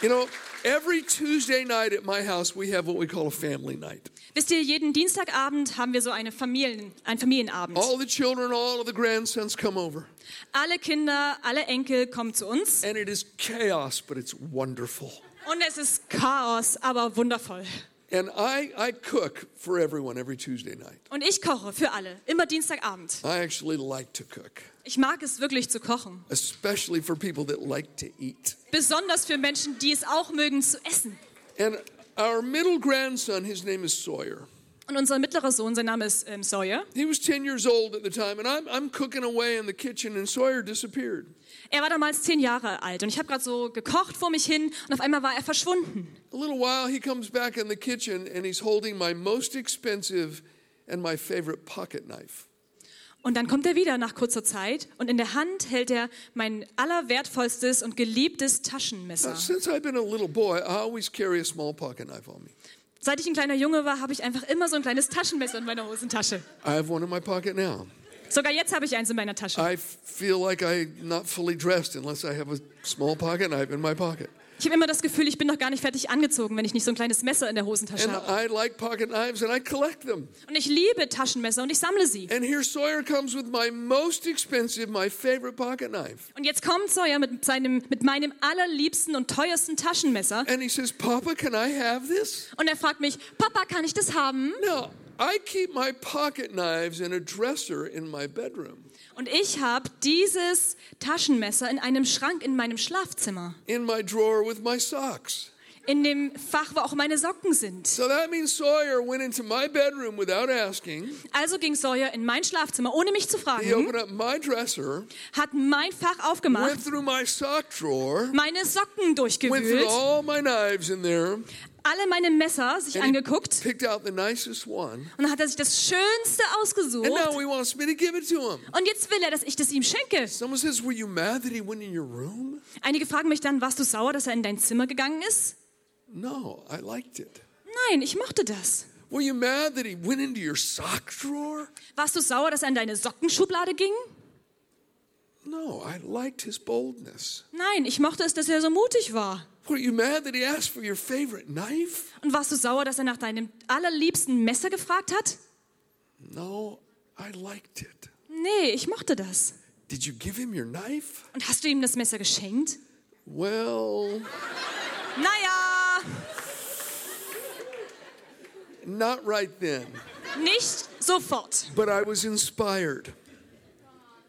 Speaker 3: You know, every Tuesday night at my house, we have what we call a family night.
Speaker 4: Wisst ihr, jeden Dienstagabend haben wir so eine Familien, einen Familienabend.
Speaker 3: All the children, all of the grandsons come over.
Speaker 4: Alle Kinder, alle Enkel kommen zu uns.
Speaker 3: And it is chaos, but it's wonderful.
Speaker 4: Und es ist Chaos, aber wundervoll.
Speaker 3: And I, I cook for everyone every Tuesday night.
Speaker 4: Und ich koche für alle, immer Dienstagabend.
Speaker 3: I actually like to cook,
Speaker 4: Ich mag es wirklich zu kochen.
Speaker 3: especially for people that like to eat.
Speaker 4: Besonders für Menschen, die es auch mögen zu essen.
Speaker 3: And our middle grandson, his name is Sawyer.
Speaker 4: Und unser mittlerer Sohn, sein Name ist ähm, Sawyer,
Speaker 3: He was 10 years old at the time, and I'm, I'm cooking away in the kitchen, and Sawyer disappeared.
Speaker 4: er war damals zehn Jahre alt und ich habe gerade so gekocht vor mich hin und auf einmal war er verschwunden.
Speaker 3: A little while, he comes back in the kitchen, and he's holding my most expensive and my favorite pocket knife.
Speaker 4: Und dann kommt er wieder nach kurzer Zeit und in der Hand hält er mein allerwertvollstes und geliebtes
Speaker 3: Now,
Speaker 4: Taschenmesser.
Speaker 3: since I've been a little boy, I always carry a small pocket knife on me.
Speaker 4: Seit ich ein kleiner Junge war, habe ich einfach immer so ein kleines Taschenmesser in meiner Hosentasche.
Speaker 3: I have one in my pocket now.
Speaker 4: Sogar jetzt habe ich eins in meiner Tasche.
Speaker 3: I feel like I'm not fully dressed unless I have a small pocket knife in my pocket.
Speaker 4: Ich habe immer das Gefühl, ich bin noch gar nicht fertig angezogen, wenn ich nicht so ein kleines Messer in der Hosentasche
Speaker 3: And
Speaker 4: habe.
Speaker 3: I like pocket knives and I collect them.
Speaker 4: Und ich liebe Taschenmesser und ich sammle sie.
Speaker 3: And here Sawyer comes with my most expensive, my favorite pocket knife.
Speaker 4: Und jetzt kommt Sawyer mit, seinem, mit meinem allerliebsten und teuersten Taschenmesser
Speaker 3: And he says, Papa, can I have this?
Speaker 4: und er fragt mich, Papa, kann ich das haben?
Speaker 3: No, I keep my pocket knives in a dresser in my bedroom.
Speaker 4: Und ich habe dieses Taschenmesser in einem Schrank in meinem Schlafzimmer,
Speaker 3: in my drawer with my socks.
Speaker 4: in dem Fach, wo auch meine Socken sind.
Speaker 3: So that means Sawyer went into my bedroom without asking.
Speaker 4: Also ging Sawyer in mein Schlafzimmer, ohne mich zu
Speaker 3: He
Speaker 4: fragen,
Speaker 3: opened up my dresser,
Speaker 4: hat mein Fach
Speaker 3: went
Speaker 4: aufgemacht,
Speaker 3: through my sock drawer,
Speaker 4: meine Socken
Speaker 3: went through
Speaker 4: durchgewühlt,
Speaker 3: all my knives in there,
Speaker 4: alle meine Messer sich
Speaker 3: And he
Speaker 4: angeguckt
Speaker 3: picked out the nicest one.
Speaker 4: und dann hat er sich das Schönste
Speaker 3: And
Speaker 4: ausgesucht.
Speaker 3: now he wants me to give it to him.
Speaker 4: Und jetzt will er, dass ich das ihm schenke.
Speaker 3: Someone says, Were you mad that he went in your room?
Speaker 4: Einige fragen mich dann, warst du sauer, dass er in dein Zimmer gegangen ist?
Speaker 3: No, I liked it.
Speaker 4: Nein, ich mochte das.
Speaker 3: Were you mad that he went into your sock drawer?
Speaker 4: Warst du sauer, dass er in deine Sockenschublade ging?
Speaker 3: No, I liked his boldness.
Speaker 4: Nein, ich mochte es, dass er so mutig war.
Speaker 3: Were you mad that he asked for your favorite knife?
Speaker 4: Und warst du sauer, dass er nach deinem allerliebsten Messer gefragt hat?
Speaker 3: No, I liked it.
Speaker 4: Nee, ich mochte das.
Speaker 3: Did you give him your knife?
Speaker 4: Und hast du ihm das Messer geschenkt?
Speaker 3: Well,
Speaker 4: Naja,
Speaker 3: not right then,
Speaker 4: nicht sofort.
Speaker 3: but I was inspired.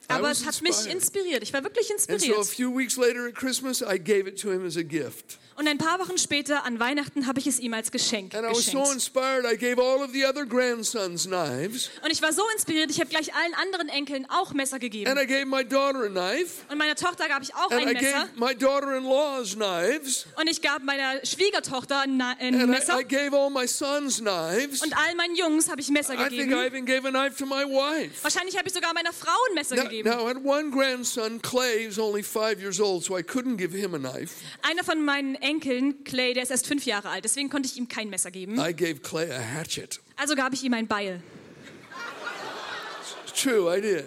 Speaker 3: I
Speaker 4: Aber
Speaker 3: was
Speaker 4: es hat mich
Speaker 3: inspired.
Speaker 4: inspiriert. Ich war wirklich
Speaker 3: And so a
Speaker 4: inspiriert.
Speaker 3: few weeks later at Christmas, I gave it to him as a gift.
Speaker 4: Und ein paar Wochen später, an Weihnachten, habe ich es ihm als Geschenk
Speaker 3: And I was so
Speaker 4: geschenkt.
Speaker 3: inspired, I gave all of the other grandsons knives,
Speaker 4: Und ich war so inspiriert, ich habe gleich allen anderen Enkeln auch Messer
Speaker 3: and
Speaker 4: gegeben.
Speaker 3: I gave my daughter a knife,
Speaker 4: Und meiner Tochter gab ich auch
Speaker 3: and
Speaker 4: ein
Speaker 3: Oh, I
Speaker 4: Messer.
Speaker 3: gave my daughter in law's knives,
Speaker 4: Und ich gab meiner Schwiegertochter ein, Na- ein
Speaker 3: and I,
Speaker 4: Messer.
Speaker 3: I gave all my sons knives.
Speaker 4: Und all meinen Jungs habe ich Messer
Speaker 3: I think I
Speaker 4: gegeben.
Speaker 3: even gave a knife to my wife.
Speaker 4: Wahrscheinlich habe ich sogar meiner Frau ein Messer
Speaker 3: Now,
Speaker 4: gegeben.
Speaker 3: now, I had one grandson, Clay's only five years old, so I couldn't give him a knife.
Speaker 4: Einer von meinen Enkeln, Clay, der ist erst fünf Jahre alt, deswegen konnte ich ihm kein Messer geben.
Speaker 3: I gave Clay a hatchet.
Speaker 4: Also gab ich ihm ein Beil.
Speaker 3: It's true, I did.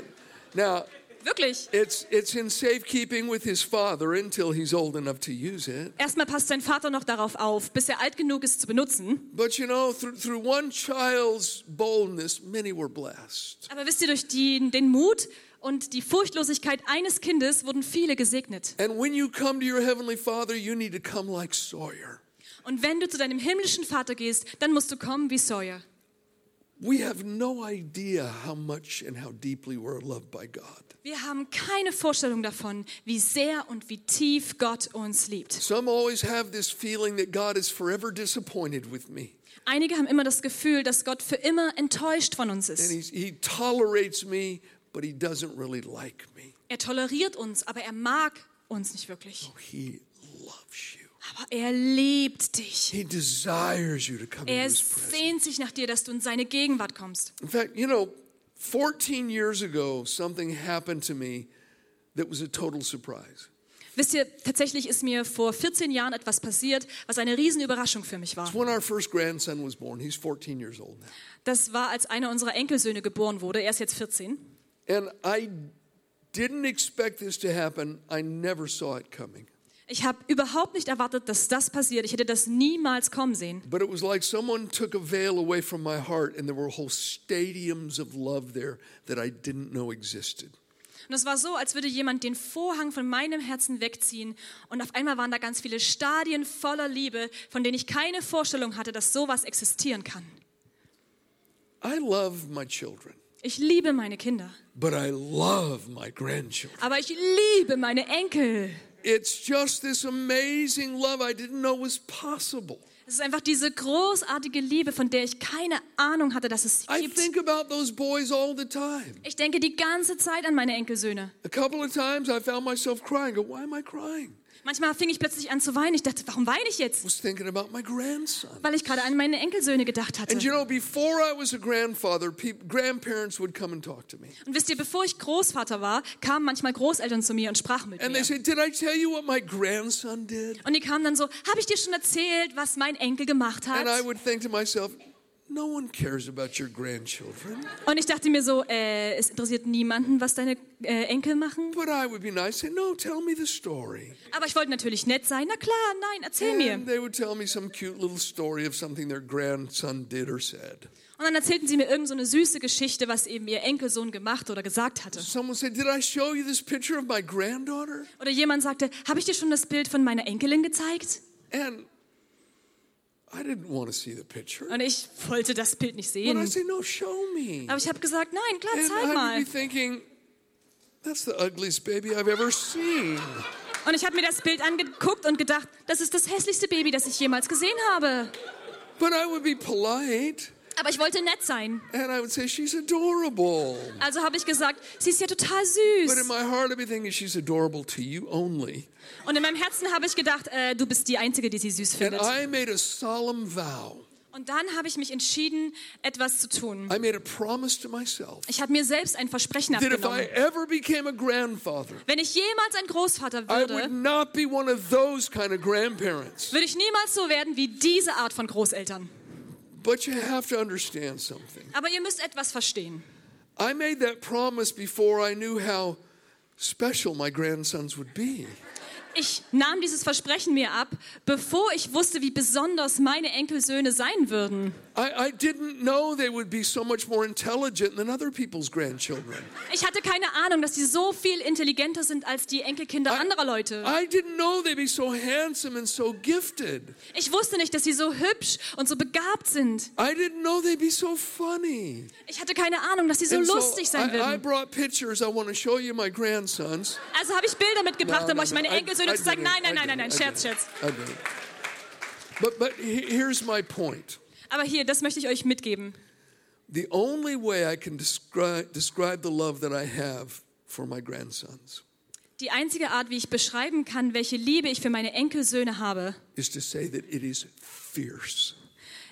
Speaker 3: Now,
Speaker 4: Wirklich.
Speaker 3: it's, it's in safekeeping with his father until he's old enough to use it.
Speaker 4: Erstmal passt sein Vater noch darauf auf, bis er alt genug ist zu benutzen.
Speaker 3: But you know, through, through one child's boldness, many were blessed.
Speaker 4: Aber wisst ihr, durch die, den Mut und die Furchtlosigkeit eines Kindes wurden viele gesegnet.
Speaker 3: And when you come to your Heavenly Father, you need to come like Sawyer.
Speaker 4: Und wenn du zu deinem himmlischen Vater gehst, dann musst du kommen wie Sawyer.
Speaker 3: We have no idea how much and how deeply we're loved by God.
Speaker 4: Wir haben keine Vorstellung davon, wie sehr und wie tief Gott uns liebt.
Speaker 3: Some always have this feeling that God is forever disappointed with me.
Speaker 4: Einige haben immer das Gefühl, dass Gott für immer enttäuscht von uns
Speaker 3: And
Speaker 4: ist.
Speaker 3: he's, he tolerates me, but he doesn't really like me.
Speaker 4: Er toleriert uns, aber er mag uns nicht wirklich.
Speaker 3: He loves you.
Speaker 4: Aber er liebt dich.
Speaker 3: He desires you to come into
Speaker 4: Er
Speaker 3: his presence.
Speaker 4: sehnt sich nach dir, dass du in seine Gegenwart kommst.
Speaker 3: In fact, you know, 14 years ago, something happened to me that was a total surprise.
Speaker 4: Wisst ihr, tatsächlich ist mir vor 14 Jahren etwas passiert, was eine Riesenüberraschung für mich war.
Speaker 3: It's when our first grandson was born. He's 14 years old now.
Speaker 4: Das war, als einer unserer Enkelsöhne geboren wurde. Er ist jetzt 14.
Speaker 3: And I didn't expect this to happen. I never saw it coming.
Speaker 4: Ich habe überhaupt nicht erwartet, dass das passiert. Ich hätte das niemals kommen sehen.
Speaker 3: But it was like someone took a veil away from my heart, and there were whole stadiums of love there that I didn't know existed.
Speaker 4: Und es war so, als würde jemand den Vorhang von meinem Herzen wegziehen. Und auf einmal waren da ganz viele Stadien voller Liebe, von denen ich keine Vorstellung hatte, dass sowas existieren kann.
Speaker 3: I love my children,
Speaker 4: Ich liebe meine Kinder,
Speaker 3: but I love my grandchildren.
Speaker 4: aber ich liebe meine Enkel.
Speaker 3: It's just this amazing love I didn't know was possible.
Speaker 4: Es ist einfach diese großartige Liebe, von der ich keine Ahnung hatte, dass es sie
Speaker 3: I
Speaker 4: gibt.
Speaker 3: think about those boys all the time.
Speaker 4: Ich denke die ganze Zeit an meine Enkelsöhne.
Speaker 3: A couple of times I found myself crying. Go, why am I crying?
Speaker 4: Manchmal fing ich plötzlich an zu weinen. Ich dachte, warum weine ich
Speaker 3: I
Speaker 4: jetzt?
Speaker 3: was thinking about my grandson.
Speaker 4: Weil ich gerade an meine Enkelsöhne gedacht hatte.
Speaker 3: And you know, before I was a grandfather, peop grandparents would come and talk to me.
Speaker 4: Und wisst ihr, bevor ich Großvater war, kamen manchmal Großeltern zu mir und sprachen mit
Speaker 3: And they
Speaker 4: mir.
Speaker 3: said, Did I tell you what my grandson did?
Speaker 4: Und die kamen dann so, habe ich dir schon erzählt, was mein Enkel gemacht hat?
Speaker 3: And I would think to myself, no one cares about your grandchildren.
Speaker 4: Und ich dachte mir so, äh, es interessiert niemanden, was deine äh, Enkel machen.
Speaker 3: But I would be nice and say, no, tell me the story.
Speaker 4: Aber ich wollte natürlich nett sein. Na klar, nein, erzähl mir.
Speaker 3: And they would tell me some cute little story of something their grandson did or said.
Speaker 4: Und dann erzählten sie mir irgendeine so eine süße Geschichte, was eben ihr Enkelsohn gemacht oder gesagt hatte.
Speaker 3: Someone said, Did I show you this picture of my granddaughter?
Speaker 4: Oder jemand sagte, habe ich dir schon das Bild von meiner Enkelin gezeigt?
Speaker 3: And I didn't want to see the picture.
Speaker 4: Und ich wollte das Bild nicht
Speaker 3: But I
Speaker 4: sehen.
Speaker 3: say, No, show me.
Speaker 4: Aber ich habe gesagt, nein, klar,
Speaker 3: And
Speaker 4: zeig
Speaker 3: I would
Speaker 4: mal.
Speaker 3: be thinking, That's the ugliest baby I've ever seen.
Speaker 4: Und ich habe mir das Bild angeguckt und gedacht, das ist das hässlichste Baby, das ich jemals gesehen habe.
Speaker 3: But I would be polite
Speaker 4: Aber ich wollte nett sein.
Speaker 3: and I would say, She's adorable.
Speaker 4: Also habe ich gesagt, sie ist ja total
Speaker 3: But in
Speaker 4: süß.
Speaker 3: my heart, I'd be thinking she's adorable to you only.
Speaker 4: Und in meinem Herzen habe ich gedacht, äh, du bist die Einzige, die sie süß
Speaker 3: And
Speaker 4: findet.
Speaker 3: I made a solemn vow.
Speaker 4: Und dann habe ich mich entschieden, etwas zu tun.
Speaker 3: I made a promise to myself
Speaker 4: Ich habe mir selbst ein Versprechen
Speaker 3: that if I
Speaker 4: abgenommen.
Speaker 3: ever became a grandfather,
Speaker 4: Wenn ich jemals ein Großvater
Speaker 3: I
Speaker 4: würde,
Speaker 3: would not be one of those kind of grandparents.
Speaker 4: würde ich niemals so werden wie diese Art von Großeltern.
Speaker 3: But you have to understand something.
Speaker 4: Aber ihr müsst etwas verstehen.
Speaker 3: I made that promise before I knew how special my grandsons would be.
Speaker 4: Ich nahm dieses Versprechen mir ab, bevor ich wusste, wie besonders meine Enkelsöhne sein würden.
Speaker 3: I, I didn't know they would be so much more intelligent than other people's grandchildren.
Speaker 4: Ich hatte keine Ahnung, dass sie so viel intelligenter sind als die Enkelkinder
Speaker 3: Ah.
Speaker 4: anderer Leute.
Speaker 3: I didn't know they'd be so handsome and so gifted.
Speaker 4: Ich wusste nicht, dass sie so hübsch und so begabt sind.
Speaker 3: I didn't know they'd be so funny.
Speaker 4: Ich hatte keine Ahnung, dass sie so
Speaker 3: And so
Speaker 4: lustig sein
Speaker 3: I, I
Speaker 4: würden.
Speaker 3: brought pictures. I want to show you my grandsons.
Speaker 4: Also habe ich Bilder mitgebracht,
Speaker 3: No,
Speaker 4: um
Speaker 3: no,
Speaker 4: euch
Speaker 3: no,
Speaker 4: meine
Speaker 3: I-
Speaker 4: Enkelsöhne
Speaker 3: I
Speaker 4: zu zeigen.
Speaker 3: didn't,
Speaker 4: Nein, nein,
Speaker 3: I
Speaker 4: nein, nein, nein,
Speaker 3: didn't, I
Speaker 4: Scherz, Scherz.
Speaker 3: didn't, I didn't. But, but he- here's my point.
Speaker 4: Aber hier, das möchte ich euch mitgeben.
Speaker 3: The only way I can describe, describe the love that I have for my grandsons
Speaker 4: Die einzige Art, wie ich beschreiben kann, welche Liebe ich für meine Enkelsöhne habe,
Speaker 3: is to say that it is fierce.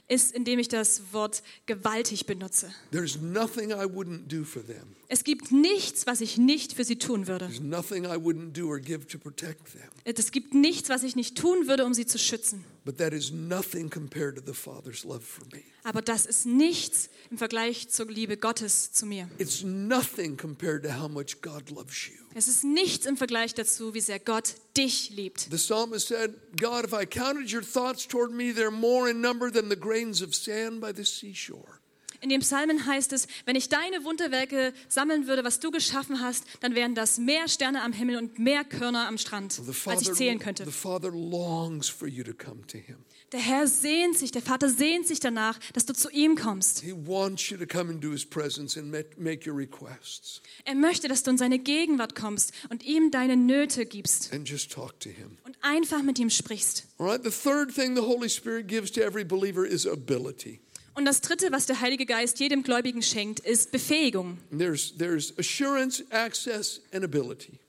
Speaker 4: ist, indem ich das Wort gewaltig benutze.
Speaker 3: There's nothing I wouldn't do for them.
Speaker 4: Es gibt nichts, was ich nicht für sie tun würde.
Speaker 3: There's nothing I wouldn't do or give to protect them.
Speaker 4: Es gibt nichts, was ich nicht tun würde, um sie zu schützen.
Speaker 3: But that is nothing compared to the Father's love for me.
Speaker 4: Aber das ist nichts im Vergleich zur Liebe Gottes zu mir.
Speaker 3: It's nothing compared to how much God loves you.
Speaker 4: Es ist nichts im Vergleich dazu, wie sehr Gott dich liebt.
Speaker 3: The psalmist said, God, if I counted your thoughts toward me, they're more in number than the grains of sand by the seashore.
Speaker 4: In dem Psalmen heißt es, wenn ich deine Wunderwerke sammeln würde, was du geschaffen hast, dann wären das mehr Sterne am Himmel und mehr Körner am Strand,
Speaker 3: The
Speaker 4: als ich
Speaker 3: Father,
Speaker 4: zählen könnte.
Speaker 3: the Father longs for you to come to Him.
Speaker 4: Der Herr sehnt sich, der Vater sehnt sich danach, dass du zu ihm kommst.
Speaker 3: He wants you to come into His presence and met- make your requests
Speaker 4: Er möchte, dass du in seine Gegenwart kommst und ihm deine Nöte gibst
Speaker 3: and just talk to Him.
Speaker 4: und einfach mit ihm sprichst.
Speaker 3: All right, the third thing the Holy Spirit gives to every believer is ability.
Speaker 4: Und das Dritte, was der Heilige Geist jedem Gläubigen schenkt, ist Befähigung.
Speaker 3: And There's, there's assurance, access, and ability.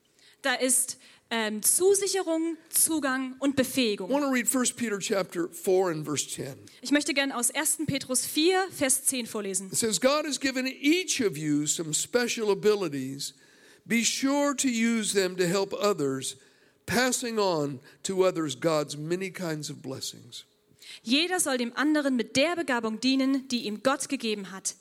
Speaker 4: Da ist ähm, Zusicherung, Zugang und
Speaker 3: I
Speaker 4: Befähigung.
Speaker 3: want to read 1 Peter chapter 4 and verse 10.
Speaker 4: Ich möchte gern aus 1. Petrus 4, Vers 10 vorlesen.
Speaker 3: It says, God has given each of you some special abilities. Be sure to use them to help others, passing on to others God's many kinds of blessings.
Speaker 4: Jeder soll dem anderen mit der Begabung dienen, die ihm Gott gegeben hat.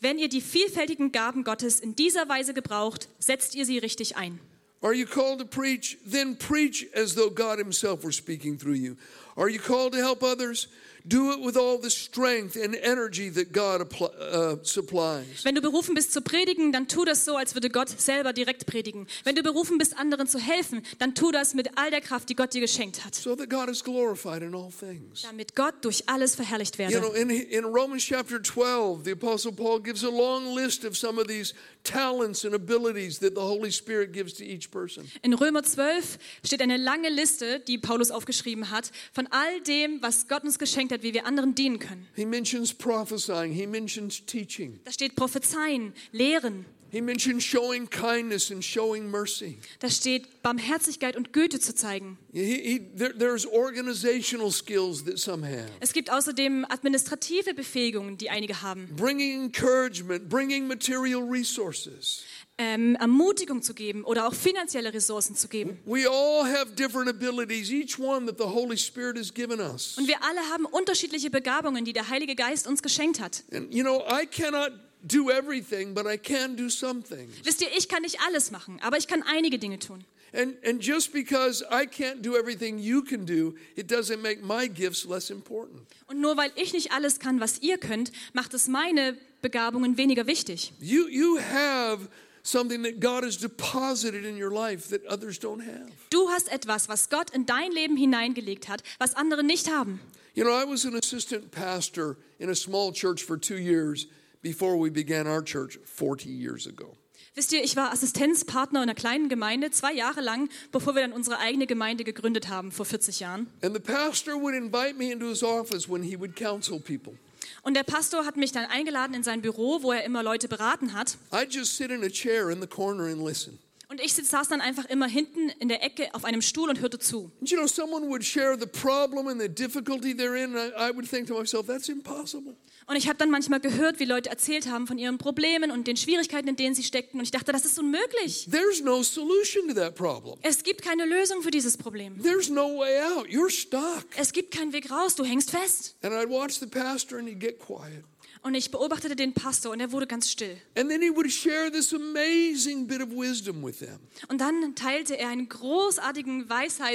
Speaker 4: Wenn ihr die vielfältigen Gaben Gottes in dieser Weise gebraucht, setzt ihr sie richtig ein.
Speaker 3: Are you called to preach? Then preach as though God Himself were speaking through you. Are you called to help others? Do it with all the strength and energy that God appli- uh, supplies.
Speaker 4: Wenn du berufen bist zu predigen, dann tu das so, als würde Gott selber direkt predigen. Wenn du berufen bist, anderen zu helfen, dann tu das mit all der Kraft, die Gott dir geschenkt hat,
Speaker 3: So that God is glorified in all things.
Speaker 4: damit Gott durch alles verherrlicht
Speaker 3: You know,
Speaker 4: werde.
Speaker 3: in, in Romans chapter 12, the Apostle Paul gives a long list of some of these talents and abilities that the Holy Spirit gives to each person.
Speaker 4: In Römer 12 steht eine lange Liste, die Paulus aufgeschrieben hat, von all dem, was Gott uns geschenkt hat, wie wir anderen dienen können.
Speaker 3: He mentions prophesying, he mentions teaching,
Speaker 4: Da steht Prophezeien, Lehren,
Speaker 3: he mentions showing kindness and showing mercy.
Speaker 4: da steht Barmherzigkeit und Güte zu zeigen.
Speaker 3: He, he, there, there's organizational skills that some have.
Speaker 4: Es gibt außerdem administrative Befähigungen, die einige haben.
Speaker 3: Bringing encouragement, bringing material resources.
Speaker 4: Ähm, Ermutigung zu geben oder auch finanzielle Ressourcen zu geben.
Speaker 3: We all have different abilities, each one that the Holy Spirit has given us.
Speaker 4: Und wir alle haben unterschiedliche Begabungen, die der Heilige Geist uns geschenkt hat.
Speaker 3: And you know, I cannot do everything, but I can do some things.
Speaker 4: Wisst ihr, ich kann nicht alles machen, aber ich kann einige Dinge tun.
Speaker 3: And, and just because I can't do everything you can do, it doesn't make my gifts less important.
Speaker 4: Und nur weil ich nicht alles kann, was ihr könnt, macht es meine Begabungen weniger wichtig.
Speaker 3: You, you have something that God has deposited in your life that others don't have.
Speaker 4: Du hast etwas, was Gott in dein Leben hineingelegt hat, was andere nicht haben.
Speaker 3: You know, I was an assistant pastor in a small church for two years before we began our church 40 years ago.
Speaker 4: Wisst ihr, ich war Assistenzpartner in einer kleinen Gemeinde zwei Jahre lang, bevor wir dann unsere eigene Gemeinde gegründet haben, vor 40 Jahren.
Speaker 3: And the pastor would invite me into his office when he would counsel people.
Speaker 4: Und der Pastor hat mich dann eingeladen in sein Büro, wo er immer Leute beraten hat.
Speaker 3: I'd just sit in a chair in the corner and listen.
Speaker 4: Und ich saß dann einfach immer hinten in der Ecke auf einem Stuhl and hörte zu.
Speaker 3: And you know, someone would share the problem and the difficulty they're in, and I, I would think to myself, that's impossible.
Speaker 4: Und ich habe dann manchmal gehört, wie Leute erzählt haben von ihren Problemen und den Schwierigkeiten, in denen sie steckten. Und ich dachte, das ist unmöglich.
Speaker 3: There's no solution to that problem.
Speaker 4: Es gibt keine Lösung für dieses Problem.
Speaker 3: There's no way out. You're stuck.
Speaker 4: Es gibt keinen Weg raus, du hängst fest.
Speaker 3: And I'd watch the pastor and he'd get quiet.
Speaker 4: Und ich beobachtete den Pastor und er wurde ganz still.
Speaker 3: And then he would share this amazing bit of wisdom with them.
Speaker 4: Und dann teilte er einen großartigen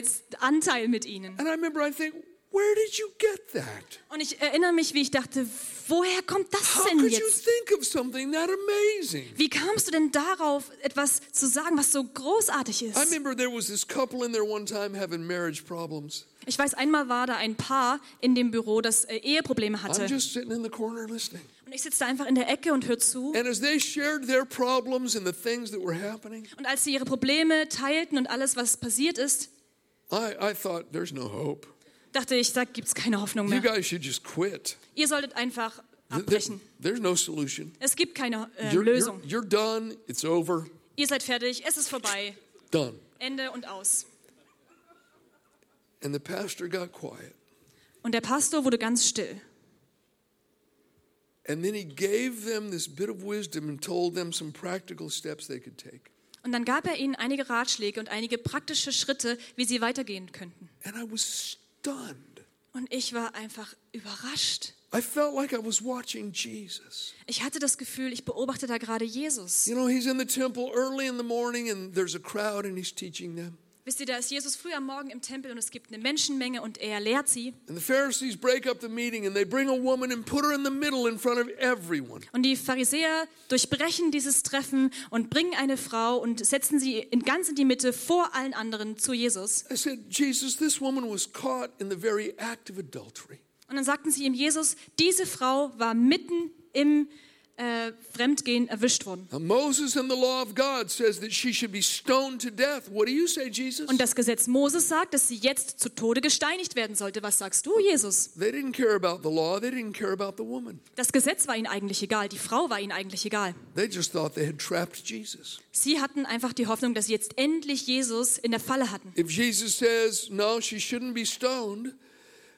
Speaker 4: Weisheitsanteil mit ihnen.
Speaker 3: And I remember I think, where did you get that?
Speaker 4: Und ich erinnere mich, wie ich dachte, woher kommt das
Speaker 3: How
Speaker 4: denn
Speaker 3: could you
Speaker 4: jetzt?
Speaker 3: think of something that amazing?
Speaker 4: Wie kamst du denn darauf, etwas zu sagen, was so großartig
Speaker 3: I
Speaker 4: ist?
Speaker 3: remember there was this couple in there one time having marriage problems.
Speaker 4: Ich weiß, einmal war da ein Paar in dem Büro, das äh, Eheprobleme hatte.
Speaker 3: I'm just sitting in the corner listening.
Speaker 4: Und ich sitze da einfach in der Ecke und höre zu.
Speaker 3: And as they shared their problems and the things that were happening,
Speaker 4: Und als sie ihre Probleme teilten und alles, was passiert ist,
Speaker 3: I, I thought, there's no hope.
Speaker 4: dachte ich, da gibt es keine Hoffnung
Speaker 3: You
Speaker 4: mehr.
Speaker 3: guys should just quit.
Speaker 4: Ihr solltet einfach
Speaker 3: Th- there-
Speaker 4: abbrechen.
Speaker 3: there's no solution.
Speaker 4: Es gibt keine äh,
Speaker 3: You're, you're,
Speaker 4: Lösung.
Speaker 3: you're done. It's over.
Speaker 4: Ihr seid fertig, es ist vorbei.
Speaker 3: Done.
Speaker 4: Ende und aus.
Speaker 3: And the pastor got quiet.
Speaker 4: Und der Pastor wurde ganz still.
Speaker 3: And then he gave them this bit of wisdom and told them some practical steps they could take.
Speaker 4: Und dann gab er ihnen einige Ratschläge und einige praktische Schritte, wie sie weitergehen könnten.
Speaker 3: And I was stunned.
Speaker 4: Und ich war einfach überrascht.
Speaker 3: I felt like I was watching Jesus.
Speaker 4: Ich hatte das Gefühl, ich beobachte da gerade Jesus.
Speaker 3: You know, he's in the temple early in the morning and there's a crowd and he's teaching them.
Speaker 4: Wisst ihr, da ist Jesus früh am Morgen im Tempel und es gibt eine Menschenmenge und er lehrt sie.
Speaker 3: And the Pharisees break up the meeting and they bring a woman and put her in the middle in front of everyone.
Speaker 4: Und die Pharisäer durchbrechen dieses Treffen und bringen eine Frau und setzen sie in ganz in die Mitte vor allen anderen zu Jesus.
Speaker 3: I said, Jesus, this woman was caught in the very act of adultery.
Speaker 4: Und dann sagten sie ihm, Jesus, diese Frau war mitten im äh, Fremdgehen erwischt worden.
Speaker 3: Now, Moses and the law of God says that she should be stoned to death. What do you say, Jesus?
Speaker 4: Und das Gesetz Moses sagt, dass sie jetzt zu Tode gesteinigt werden sollte. Was sagst du, Jesus?
Speaker 3: They didn't care about the law, they didn't care about the woman.
Speaker 4: Das Gesetz war ihnen eigentlich egal, die Frau war ihnen eigentlich egal.
Speaker 3: They just thought they had trapped Jesus.
Speaker 4: Sie hatten einfach die Hoffnung, dass sie jetzt endlich Jesus in der Falle hatten.
Speaker 3: If Jesus says, no, she shouldn't be stoned,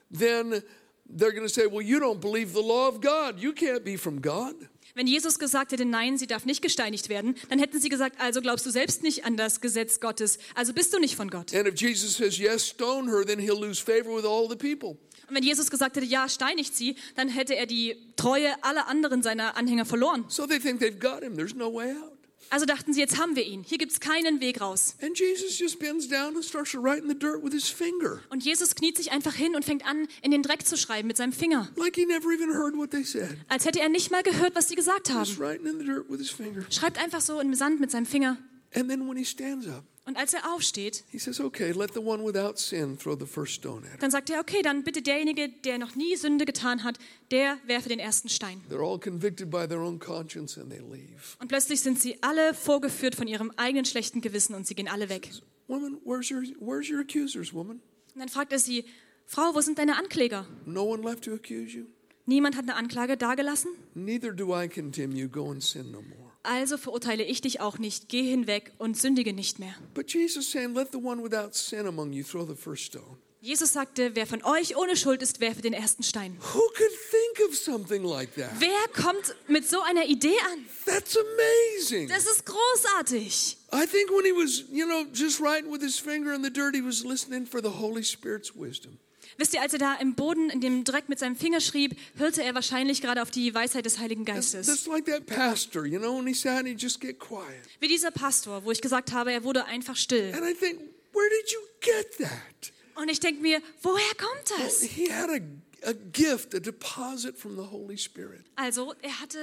Speaker 3: then they're going to say, well, you don't believe the law of God. You can't be from God.
Speaker 4: Wenn Jesus gesagt hätte, nein, sie darf nicht gesteinigt werden, dann hätten sie gesagt, also glaubst du selbst nicht an das Gesetz Gottes, also bist du nicht von Gott.
Speaker 3: And if Jesus says, yes, stone her, then he'll lose favor with all the people.
Speaker 4: Und wenn Jesus gesagt hätte, ja, steinigt sie, dann hätte er die Treue aller anderen seiner Anhänger verloren.
Speaker 3: So they think they've got him. There's no way out.
Speaker 4: Also dachten sie, jetzt haben wir ihn, hier gibt es keinen Weg raus.
Speaker 3: And Jesus just bends down and starts to write in the dirt with his finger,
Speaker 4: Und Jesus kniet sich einfach hin und fängt an, in den Dreck zu schreiben mit seinem Finger,
Speaker 3: like he never even heard what they said.
Speaker 4: als hätte er nicht mal gehört, was sie gesagt
Speaker 3: Just
Speaker 4: haben.
Speaker 3: writing in the dirt with his finger.
Speaker 4: Schreibt einfach so im Sand mit seinem Finger.
Speaker 3: And then when he stands up,
Speaker 4: Und als er aufsteht,
Speaker 3: he says, okay, let the one without sin throw the first stone at her.
Speaker 4: Dann sagt er, okay, dann bitte derjenige, der noch nie Sünde getan hat, der werfe den ersten Stein.
Speaker 3: They're all convicted by their own conscience and they leave.
Speaker 4: Und plötzlich sind sie alle vorgeführt von ihrem eigenen schlechten Gewissen und sie gehen alle weg.
Speaker 3: Woman, where's your, where's your accusers, woman?
Speaker 4: Und dann fragt er sie, Frau, wo sind deine Ankläger?
Speaker 3: No one left to accuse you?
Speaker 4: Niemand hat eine Anklage dagelassen?
Speaker 3: Neither do I condemn you. Go and sin no more.
Speaker 4: Also verurteile ich dich auch nicht, geh hinweg und sündige nicht mehr.
Speaker 3: But Jesus saying, let the one without sin among you throw the first stone.
Speaker 4: Jesus sagte, wer von euch ohne Schuld ist, werfe den ersten Stein.
Speaker 3: Who could think of something like that?
Speaker 4: Wer kommt mit so einer Idee an?
Speaker 3: That's amazing.
Speaker 4: Das ist großartig.
Speaker 3: I think when he was, you know, just writing with his finger in the dirt, he was listening for the Holy Spirit's wisdom.
Speaker 4: Wisst ihr, als er da im Boden in dem Dreck mit seinem Finger schrieb, hörte er wahrscheinlich gerade auf die Weisheit des Heiligen
Speaker 3: That's,
Speaker 4: Geistes.
Speaker 3: that's like that pastor, you know, when he sat and he just get quiet.
Speaker 4: Wie dieser Pastor, wo ich gesagt habe, er wurde einfach still.
Speaker 3: And I think, where did you get that?
Speaker 4: Und ich denke mir, woher kommt
Speaker 3: Well,
Speaker 4: das?
Speaker 3: he had a, a gift, a deposit from the Holy Spirit.
Speaker 4: Also, er hatte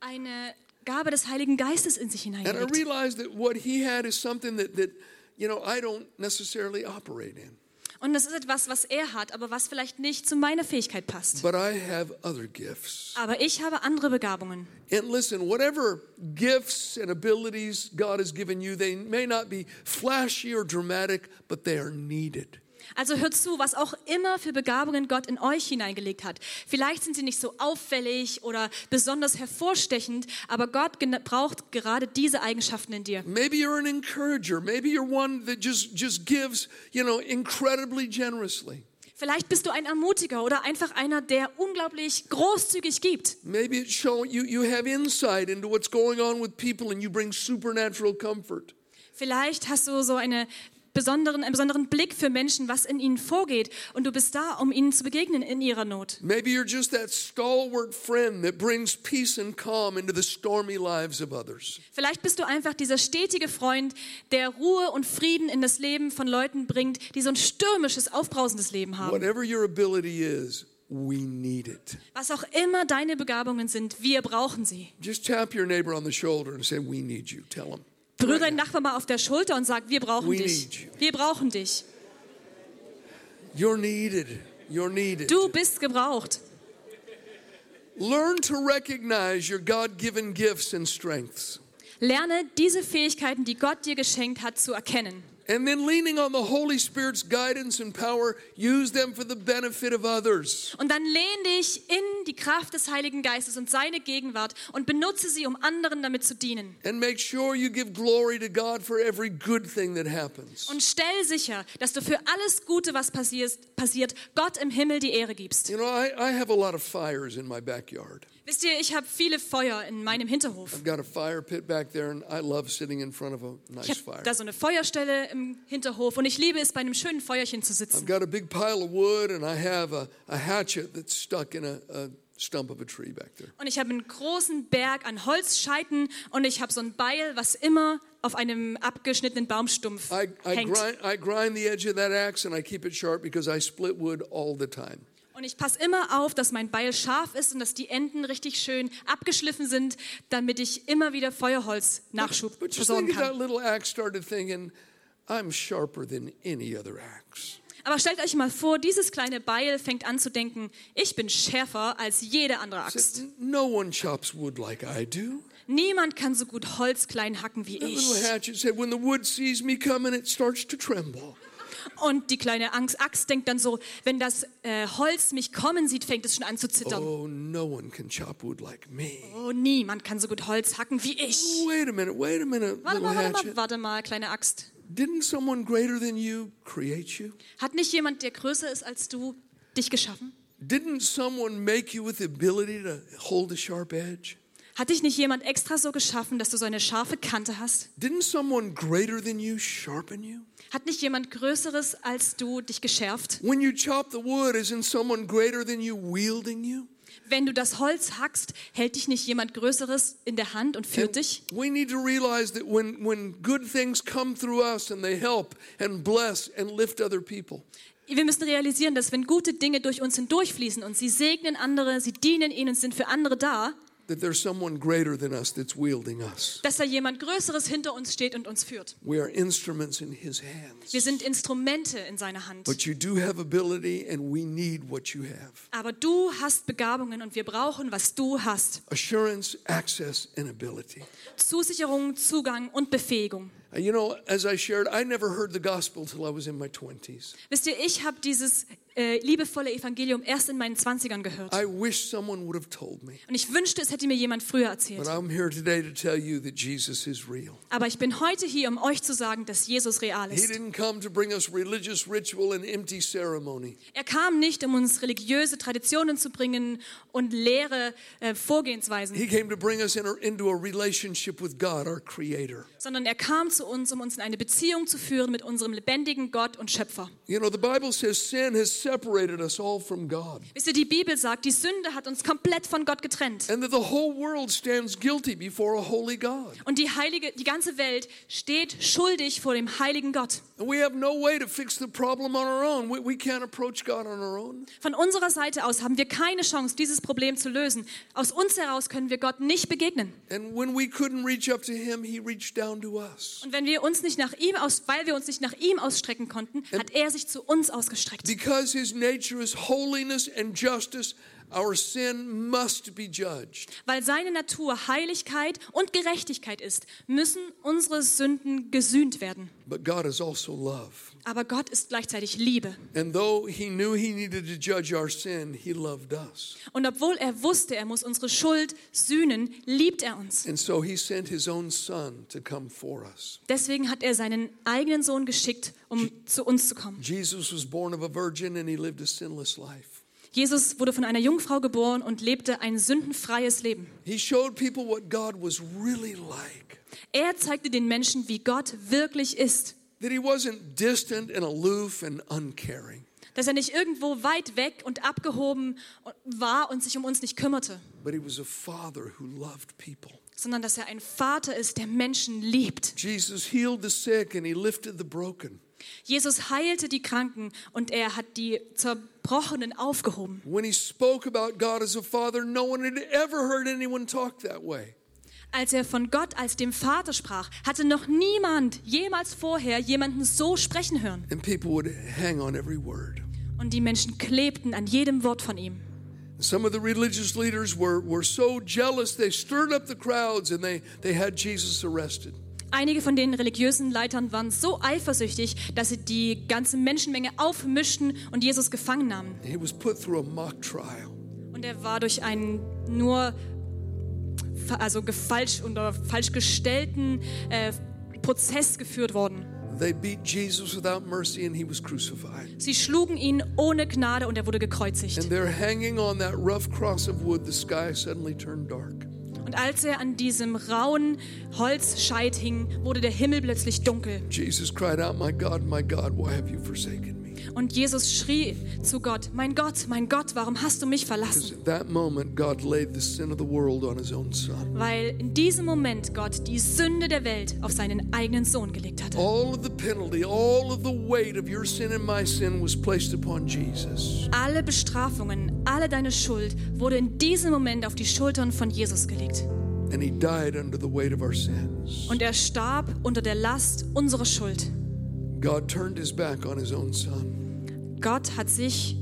Speaker 4: eine Gabe des Heiligen Geistes in sich
Speaker 3: And I
Speaker 4: hineingelegt.
Speaker 3: realized that what he had is something that, that you know, I don't necessarily operate in,
Speaker 4: Und das ist etwas, was er hat, aber was vielleicht nicht zu meiner Fähigkeit passt.
Speaker 3: but I have other gifts.
Speaker 4: Aber ich habe andere Begabungen.
Speaker 3: And listen, whatever gifts and abilities God has given you, they may not be flashy or dramatic, but they are needed.
Speaker 4: Also hört zu, was auch immer für Begabungen Gott in euch hineingelegt hat. Vielleicht sind sie nicht so auffällig oder besonders hervorstechend, aber Gott gena- braucht gerade diese Eigenschaften in dir.
Speaker 3: Maybe you're an encourager. Maybe you're one that just, just gives, you know, incredibly generously.
Speaker 4: Vielleicht bist du ein Ermutiger oder einfach einer, der unglaublich großzügig gibt.
Speaker 3: Maybe it's showing you, you have insight into what's going on with people and you bring supernatural comfort.
Speaker 4: Vielleicht hast du so eine besonderen, einen besonderen Blick für Menschen, was in ihnen vorgeht. Und du bist da, um ihnen zu begegnen in ihrer Not.
Speaker 3: Maybe you're just that stalwart friend that brings peace and calm into the stormy lives of others.
Speaker 4: Vielleicht bist du einfach dieser stetige Freund, der Ruhe und Frieden in das Leben von Leuten bringt, die so ein stürmisches, aufbrausendes Leben haben.
Speaker 3: Whatever your ability is, we need it.
Speaker 4: Was auch immer deine Begabungen sind, wir brauchen sie.
Speaker 3: Just tap your neighbor on the shoulder and say, We need you. Tell him.
Speaker 4: Berühre deinen Nachbarn mal auf der Schulter und sag, wir brauchen
Speaker 3: We need
Speaker 4: dich.
Speaker 3: you.
Speaker 4: Wir brauchen dich.
Speaker 3: You're needed. You're needed.
Speaker 4: Du bist gebraucht.
Speaker 3: Learn to recognize your God given gifts and strengths.
Speaker 4: Lerne diese Fähigkeiten, die Gott dir geschenkt hat, zu erkennen.
Speaker 3: And then, leaning on the Holy Spirit's guidance and power, use them for the benefit of others.
Speaker 4: Und dann lehn dich in die Kraft des Heiligen Geistes und seine Gegenwart und benutze sie, um anderen damit zu dienen.
Speaker 3: And make sure you give glory to God for every good thing that happens.
Speaker 4: Und stell sicher, dass du für alles Gute, was passiert, passiert Gott im Himmel die Ehre gibst.
Speaker 3: You know, I, I have a lot of fires in my backyard.
Speaker 4: Wisst ihr, ich habe viele Feuer in meinem Hinterhof.
Speaker 3: I've got a fire pit back there, and I love sitting in front of a
Speaker 4: Ich
Speaker 3: nice
Speaker 4: habe
Speaker 3: fire.
Speaker 4: da so eine Feuerstelle im Hinterhof und ich liebe es, bei einem schönen Feuerchen zu
Speaker 3: I've
Speaker 4: sitzen.
Speaker 3: got a big pile of wood, and I have a, a hatchet that's stuck in a, a stump of a tree back there.
Speaker 4: Und ich habe einen großen Berg an Holzscheiten und ich habe so ein Beil, was immer auf einem abgeschnittenen Baumstumpf
Speaker 3: I, I,
Speaker 4: hängt.
Speaker 3: grind, I grind the edge of that axe and I keep it sharp because I split wood all the time.
Speaker 4: Und ich passe immer auf, dass mein Beil scharf ist und dass die Enden richtig schön abgeschliffen sind, damit ich immer wieder Feuerholznachschub
Speaker 3: But just
Speaker 4: versorgen
Speaker 3: think of
Speaker 4: kann.
Speaker 3: that little axe started thinking, I'm sharper than any other axe.
Speaker 4: Aber stellt euch mal vor, dieses kleine Beil fängt an zu denken, ich bin schärfer als jede andere
Speaker 3: I
Speaker 4: Axt.
Speaker 3: said, no one chops wood like I do.
Speaker 4: Niemand kann so gut Holz klein hacken wie
Speaker 3: That little
Speaker 4: ich.
Speaker 3: hatchet said, when the wood sees me coming, it starts to tremble.
Speaker 4: Und die kleine Angst, Axt denkt dann so, wenn das äh, Holz mich kommen sieht, fängt es schon an zu zittern.
Speaker 3: Oh, no one can chop wood like me.
Speaker 4: Oh, niemand kann so gut Holz hacken wie ich.
Speaker 3: Wait a minute, wait a minute,
Speaker 4: Warte
Speaker 3: little
Speaker 4: mal, warte mal,
Speaker 3: hatchet.
Speaker 4: warte mal, kleine Axt.
Speaker 3: Didn't someone greater than you create you?
Speaker 4: Hat nicht jemand, der größer ist als du, dich geschaffen?
Speaker 3: Didn't someone make you with the ability to hold a sharp edge?
Speaker 4: Hat dich nicht jemand extra so geschaffen, dass du so eine scharfe Kante hast?
Speaker 3: Didn't someone greater than you sharpen you?
Speaker 4: Hat nicht jemand Größeres als du dich geschärft?
Speaker 3: When you chop the wood, isn't someone greater than you wielding you?
Speaker 4: Wenn du das Holz hackst, hält dich nicht jemand Größeres in der Hand und führt
Speaker 3: Ähm.
Speaker 4: dich?
Speaker 3: We need to realize that when, when good things come through us and they help and bless and lift other people,
Speaker 4: Wir müssen realisieren, dass wenn gute Dinge durch uns hindurchfließen und sie segnen andere, sie dienen ihnen und sind für andere da,
Speaker 3: that there's someone greater than us that's wielding us.
Speaker 4: dass da jemand Größeres hinter uns steht und uns führt.
Speaker 3: We are instruments in his hands.
Speaker 4: Wir sind Instrumente in seiner Hand.
Speaker 3: But you do have ability, and we need what you have
Speaker 4: Aber du hast Begabungen und wir brauchen, was du hast.
Speaker 3: assurance, access, and ability.
Speaker 4: Zusicherung, Zugang und Befähigung.
Speaker 3: Uh, You know, as I shared, I never heard the gospel till I was in my 20s.
Speaker 4: Wisst ihr, ich habe dieses äh, liebevolle Evangelium erst in meinen 20ern gehört.
Speaker 3: I wish someone would have told me.
Speaker 4: Und ich wünschte, es hätte mir jemand früher
Speaker 3: But
Speaker 4: erzählt.
Speaker 3: I'm here today to tell you that Jesus is real.
Speaker 4: Aber ich bin heute hier, um euch zu sagen, dass Jesus real
Speaker 3: He
Speaker 4: ist.
Speaker 3: didn't come to bring us religious ritual and empty ceremony.
Speaker 4: Er kam nicht, um uns religiöse Traditionen zu bringen und leere äh, Vorgehensweisen,
Speaker 3: He came to bring us in a- into a relationship with God, our Creator.
Speaker 4: sondern er kam zu uns, um uns in eine Beziehung zu führen mit unserem lebendigen Gott und Schöpfer.
Speaker 3: You know, the Bible says sin has separated us all from God,
Speaker 4: Wisst ihr, die Bibel sagt, die Sünde hat uns komplett von Gott getrennt.
Speaker 3: and that the whole world stands guilty before a holy God.
Speaker 4: Und die, heilige, die ganze Welt steht schuldig vor dem heiligen Gott.
Speaker 3: And we have no way to fix the problem on our own. We, we can't approach God on our own.
Speaker 4: Von unserer Seite aus haben wir keine Chance, dieses Problem zu lösen. Aus uns heraus können wir Gott nicht begegnen.
Speaker 3: And when we couldn't reach up to Him, He reached down to us.
Speaker 4: Und wenn wir uns nicht nach ihm aus, weil wir uns nicht nach ihm ausstrecken konnten, hat er sich zu uns ausgestreckt.
Speaker 3: Because His nature is holiness and justice, our sin must be judged.
Speaker 4: Weil seine Natur Heiligkeit und Gerechtigkeit ist, müssen unsere Sünden gesühnt werden.
Speaker 3: But God is also love.
Speaker 4: Aber Gott ist gleichzeitig Liebe.
Speaker 3: And though he knew he needed to judge our sin, he loved us.
Speaker 4: Und obwohl er wusste, er muss unsere Schuld sühnen, liebt er uns.
Speaker 3: And so he sent his own son to come for us.
Speaker 4: Deswegen hat er seinen eigenen Sohn geschickt, um zu uns zu kommen.
Speaker 3: Jesus was born of a virgin and he lived a sinless life.
Speaker 4: Jesus wurde von einer Jungfrau geboren und lebte ein sündenfreies Leben.
Speaker 3: He showed people what God was really like.
Speaker 4: Er zeigte den Menschen, wie Gott wirklich ist.
Speaker 3: that he wasn't distant and aloof and uncaring,
Speaker 4: dass er nicht irgendwo weit weg und abgehoben war und sich um uns nicht kümmerte,
Speaker 3: but he was a father who loved people.
Speaker 4: sondern dass er ein Vater ist, der Menschen liebt.
Speaker 3: Jesus healed the sick and he lifted the broken.
Speaker 4: Jesus heilte die Kranken und er hat die Zerbrochenen aufgehoben.
Speaker 3: When he spoke about God as a father, no one had ever heard anyone talk that way.
Speaker 4: Als er von Gott als dem Vater sprach, hatte noch niemand jemals vorher jemanden so sprechen hören.
Speaker 3: And people would hang on every word.
Speaker 4: Und die Menschen klebten an jedem Wort von ihm.
Speaker 3: Some of the religious leaders were, were so jealous, they stirred up the crowds and they, they had Jesus arrested.
Speaker 4: Einige von den religiösen Leitern waren so eifersüchtig, dass sie die ganze Menschenmenge aufmischten und Jesus gefangen nahmen.
Speaker 3: He was put through a mock trial.
Speaker 4: Und er war durch einen nur fa- also falsch oder falsch gestellten äh, Prozess geführt worden.
Speaker 3: They beat Jesus without mercy and he was crucified.
Speaker 4: Sie schlugen ihn ohne Gnade und er wurde
Speaker 3: And
Speaker 4: gekreuzigt.
Speaker 3: they're hanging on that rough cross of wood, the sky suddenly turned dark.
Speaker 4: Und als er an diesem rauen Holzscheit hing, wurde der Himmel plötzlich dunkel.
Speaker 3: Jesus cried out, My God, my God, why have you forsaken me?
Speaker 4: Und Jesus schrie zu Gott, mein Gott, mein Gott, warum hast du mich verlassen?
Speaker 3: Because at that moment, God laid the sin of the world on his own son.
Speaker 4: Weil in diesem Moment Gott die Sünde der Welt auf seinen eigenen Sohn gelegt hatte.
Speaker 3: All of the penalty, all of the weight of your sin and my sin was placed upon Jesus.
Speaker 4: Alle Bestrafungen, alle deine Schuld wurde in diesem Moment auf die Schultern von Jesus gelegt.
Speaker 3: And he died under the weight of our sins.
Speaker 4: Und er starb unter der Last unserer Schuld.
Speaker 3: God turned his back on his own son
Speaker 4: Gott hat sich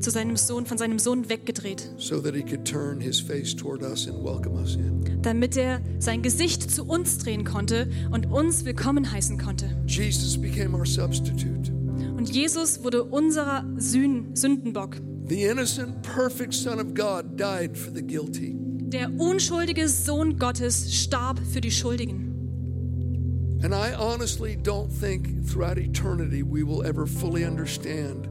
Speaker 4: zu seinem Sohn, von seinem Sohn weggedreht,
Speaker 3: so that he could turn his face toward us and welcome us in.
Speaker 4: damit er sein Gesicht zu uns drehen konnte und uns willkommen heißen konnte.
Speaker 3: Jesus became our substitute.
Speaker 4: Und Jesus wurde unserer Sühn, Sündenbock.
Speaker 3: The innocent, perfect Son of God died for the guilty.
Speaker 4: Der unschuldige Sohn Gottes starb für die Schuldigen.
Speaker 3: And I honestly don't think throughout eternity we will ever fully understand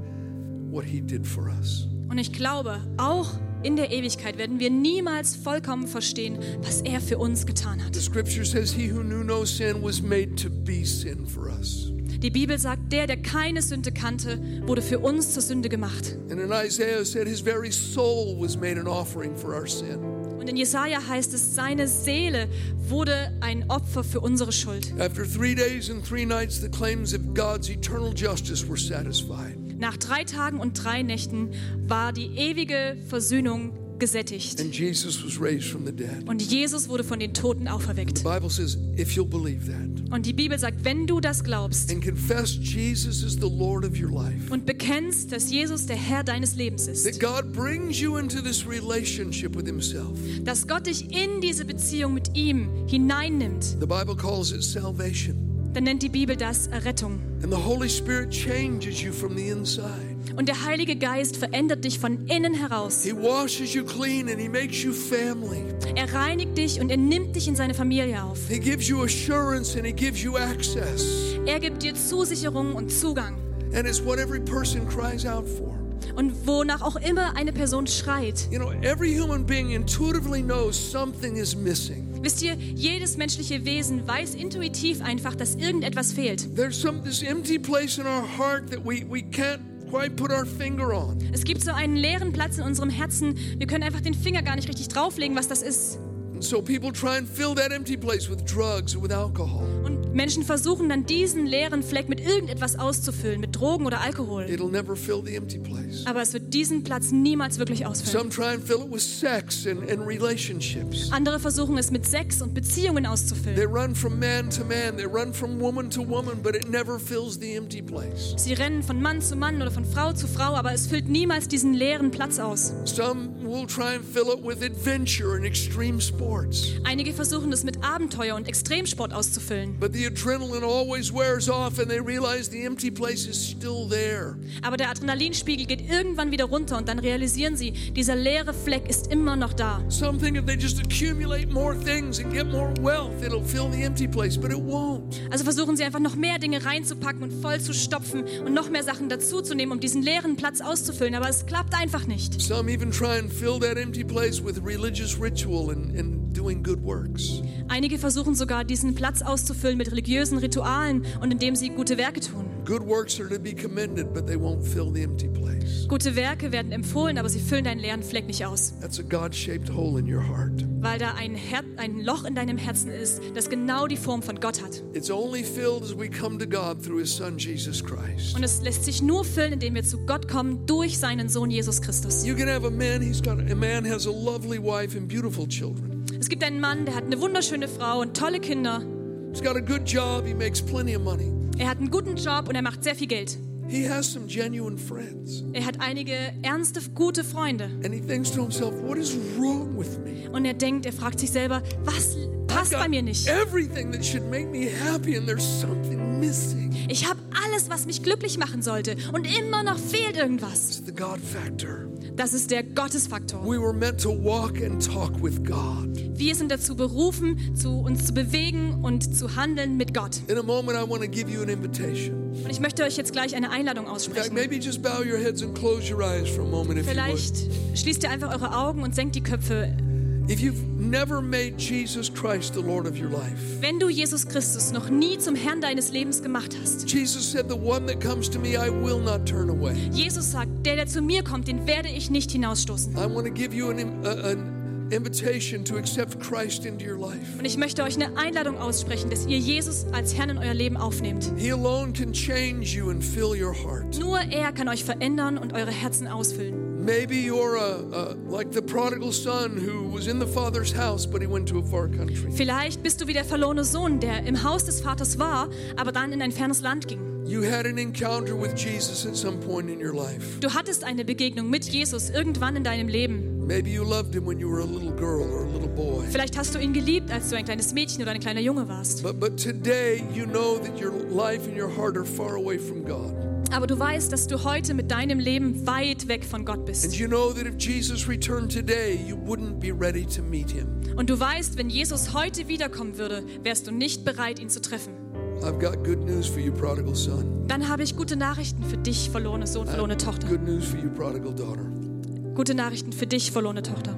Speaker 3: what he did for us.
Speaker 4: Und ich glaube, auch in der Ewigkeit werden wir niemals vollkommen verstehen, was er für uns getan
Speaker 3: The
Speaker 4: hat.
Speaker 3: scripture says, He who knew no sin was made to be sin for us.
Speaker 4: Die Bibel sagt, der, der keine Sünde kannte, wurde für uns zur Sünde gemacht.
Speaker 3: And in Isaiah it said, His very soul was made an offering for our sin.
Speaker 4: Und in Jesaja heißt es, seine Seele wurde ein Opfer für unsere Schuld.
Speaker 3: After three days and three nights, the claims of God's eternal justice were satisfied.
Speaker 4: Nach drei Tagen und drei Nächten war die ewige Versöhnung gesättigt.
Speaker 3: And Jesus was raised from the dead.
Speaker 4: Und Jesus wurde von den Toten auferweckt.
Speaker 3: The Bible says, if you'll believe that
Speaker 4: Und die Bibel sagt, wenn du das glaubst
Speaker 3: and confess Jesus is the Lord of your life,
Speaker 4: und bekennst, dass Jesus der Herr deines Lebens
Speaker 3: that
Speaker 4: ist,
Speaker 3: God brings you into this relationship with Himself.
Speaker 4: dass Gott dich in diese Beziehung mit ihm hineinnimmt,
Speaker 3: The Bible calls it salvation.
Speaker 4: dann nennt die Bibel das Errettung.
Speaker 3: And the Holy Spirit changes you from the inside.
Speaker 4: Und der Heilige Geist verändert dich von innen heraus.
Speaker 3: He washes you clean and He makes you family.
Speaker 4: Er reinigt dich und er nimmt dich in seine Familie auf.
Speaker 3: He gives you assurance and He gives you access.
Speaker 4: Er gibt dir Zusicherung und Zugang.
Speaker 3: And it's what every person cries out for.
Speaker 4: Und wonach auch immer eine Person schreit.
Speaker 3: You know, every human being intuitively knows something is missing.
Speaker 4: Wisst ihr, jedes menschliche Wesen weiß intuitiv einfach, dass irgendetwas fehlt.
Speaker 3: There's some this empty place in our heart that we, we can't quite put our finger on.
Speaker 4: Es gibt so einen leeren Platz in unserem Herzen. Wir können einfach den Finger gar nicht richtig drauflegen, was das ist.
Speaker 3: And so people try and fill that empty place with drugs or with alcohol.
Speaker 4: Und Menschen versuchen dann diesen leeren Fleck mit irgendetwas auszufüllen, mit Drogen oder Alkohol.
Speaker 3: It'll never fill the empty place.
Speaker 4: Aber es wird diesen Platz niemals wirklich
Speaker 3: Some
Speaker 4: ausfüllen.
Speaker 3: try and fill it with sex and, and relationships.
Speaker 4: Andere versuchen es mit Sex und Beziehungen auszufüllen.
Speaker 3: They run from man to man, they run from woman to woman, but it never fills the empty place.
Speaker 4: Sie rennen von Mann zu Mann oder von Frau zu Frau, aber es füllt niemals diesen leeren Platz aus.
Speaker 3: Some will try and fill it with adventure and extreme sports,
Speaker 4: Einige versuchen es mit Abenteuer und Extremsport auszufüllen.
Speaker 3: but the adrenaline always wears off and they realize the empty place is still there.
Speaker 4: Aber der Adrenalinspiegel geht irgendwann wieder runter und dann realisieren sie, dieser leere Fleck ist immer noch da.
Speaker 3: Some think if they just accumulate more things and get more wealth, it'll fill the empty place, but it won't.
Speaker 4: Also versuchen sie einfach noch mehr Dinge reinzupacken und voll zu stopfen und noch mehr Sachen dazuzunehmen, um diesen leeren Platz auszufüllen. Aber es klappt einfach nicht.
Speaker 3: Some even try and fill that empty place with religious ritual and, and doing good works.
Speaker 4: Einige versuchen sogar, diesen Platz auszufüllen mit religiösen Ritualen und indem sie gute Werke tun.
Speaker 3: Good works are to be commended, but they won't fill the empty place.
Speaker 4: Gute Werke werden empfohlen, aber sie füllen deinen leeren Fleck nicht aus,
Speaker 3: That's a God shaped hole in your heart.
Speaker 4: weil da ein, Her ein Loch in deinem Herzen ist, das genau die Form von Gott hat.
Speaker 3: It's only filled as we come to God through His Son, Jesus Christ.
Speaker 4: Und es lässt sich nur füllen, indem wir zu Gott kommen durch seinen Sohn Jesus Christus.
Speaker 3: You can have a man, he's got a man has a lovely wife and beautiful children.
Speaker 4: Es gibt einen Mann, der hat eine wunderschöne Frau und tolle Kinder.
Speaker 3: He's got a good job, he makes plenty of money.
Speaker 4: Er hat einen guten Job und er macht sehr viel Geld.
Speaker 3: He has some genuine friends.
Speaker 4: Er hat einige ernste, gute Freunde.
Speaker 3: And he thinks to himself, what is wrong with me?
Speaker 4: Und er denkt, er fragt sich selber, was
Speaker 3: I've
Speaker 4: passt bei
Speaker 3: got
Speaker 4: mir nicht?
Speaker 3: Everything that should make me happy, and there's something missing.
Speaker 4: Ich habe alles, was mich glücklich machen sollte. Und immer noch fehlt irgendwas.
Speaker 3: It's the God factor.
Speaker 4: Das ist der Gottesfaktor.
Speaker 3: We were meant to walk and talk with God.
Speaker 4: Wir sind dazu berufen, zu uns zu bewegen und zu handeln mit Gott.
Speaker 3: In a moment, I want to give you an invitation.
Speaker 4: Und ich möchte euch jetzt gleich eine Einladung
Speaker 3: In fact,
Speaker 4: aussprechen.
Speaker 3: maybe just bow your heads and close your eyes for a moment if you
Speaker 4: Vielleicht schließt ihr einfach eure Augen und senkt die Köpfe.
Speaker 3: would. If you've never made Jesus Christ the Lord of your life,
Speaker 4: Wenn du Jesus Christus noch nie zum Herrn deines Lebens gemacht hast,
Speaker 3: Jesus said, The one that comes to me, I will not turn away.
Speaker 4: Jesus sagt, der, der zu mir kommt, den werde ich nicht hinausstoßen.
Speaker 3: I want to give you an, uh, an invitation to accept Christ into your life.
Speaker 4: Und ich möchte euch eine Einladung aussprechen, dass ihr Jesus als Herrn in euer Leben aufnehmt.
Speaker 3: He alone can change you and fill your heart.
Speaker 4: Nur er kann euch verändern und eure Herzen ausfüllen.
Speaker 3: Maybe you're a, a, like the prodigal son who was in the father's house, but he went to a far country.
Speaker 4: Vielleicht bist du wie der verlorene Sohn, der im Haus des Vaters war, aber dann in ein fernes Land ging.
Speaker 3: You had an encounter with Jesus at some point in your life.
Speaker 4: Du hattest eine Begegnung mit Jesus irgendwann in deinem Leben.
Speaker 3: Maybe you loved him when you were a little girl or a little boy.
Speaker 4: Vielleicht hast du ihn geliebt, als du ein kleines Mädchen oder ein kleiner Junge warst.
Speaker 3: But, but today, you know that your life and your heart are far away from God.
Speaker 4: Aber du weißt, dass du heute mit deinem Leben weit weg von Gott
Speaker 3: And
Speaker 4: bist.
Speaker 3: you know that if Jesus returned today, you wouldn't be ready to meet him.
Speaker 4: Und du weißt, wenn Jesus heute wiederkommen würde, wärst du nicht bereit, ihn zu treffen.
Speaker 3: I've got good news for you, prodigal son.
Speaker 4: Dann habe ich gute Nachrichten für dich, verlorene Sohn, verlorene
Speaker 3: Ähm,
Speaker 4: Tochter.
Speaker 3: Good news for you, prodigal daughter.
Speaker 4: Gute Nachrichten für dich, verlorene Tochter.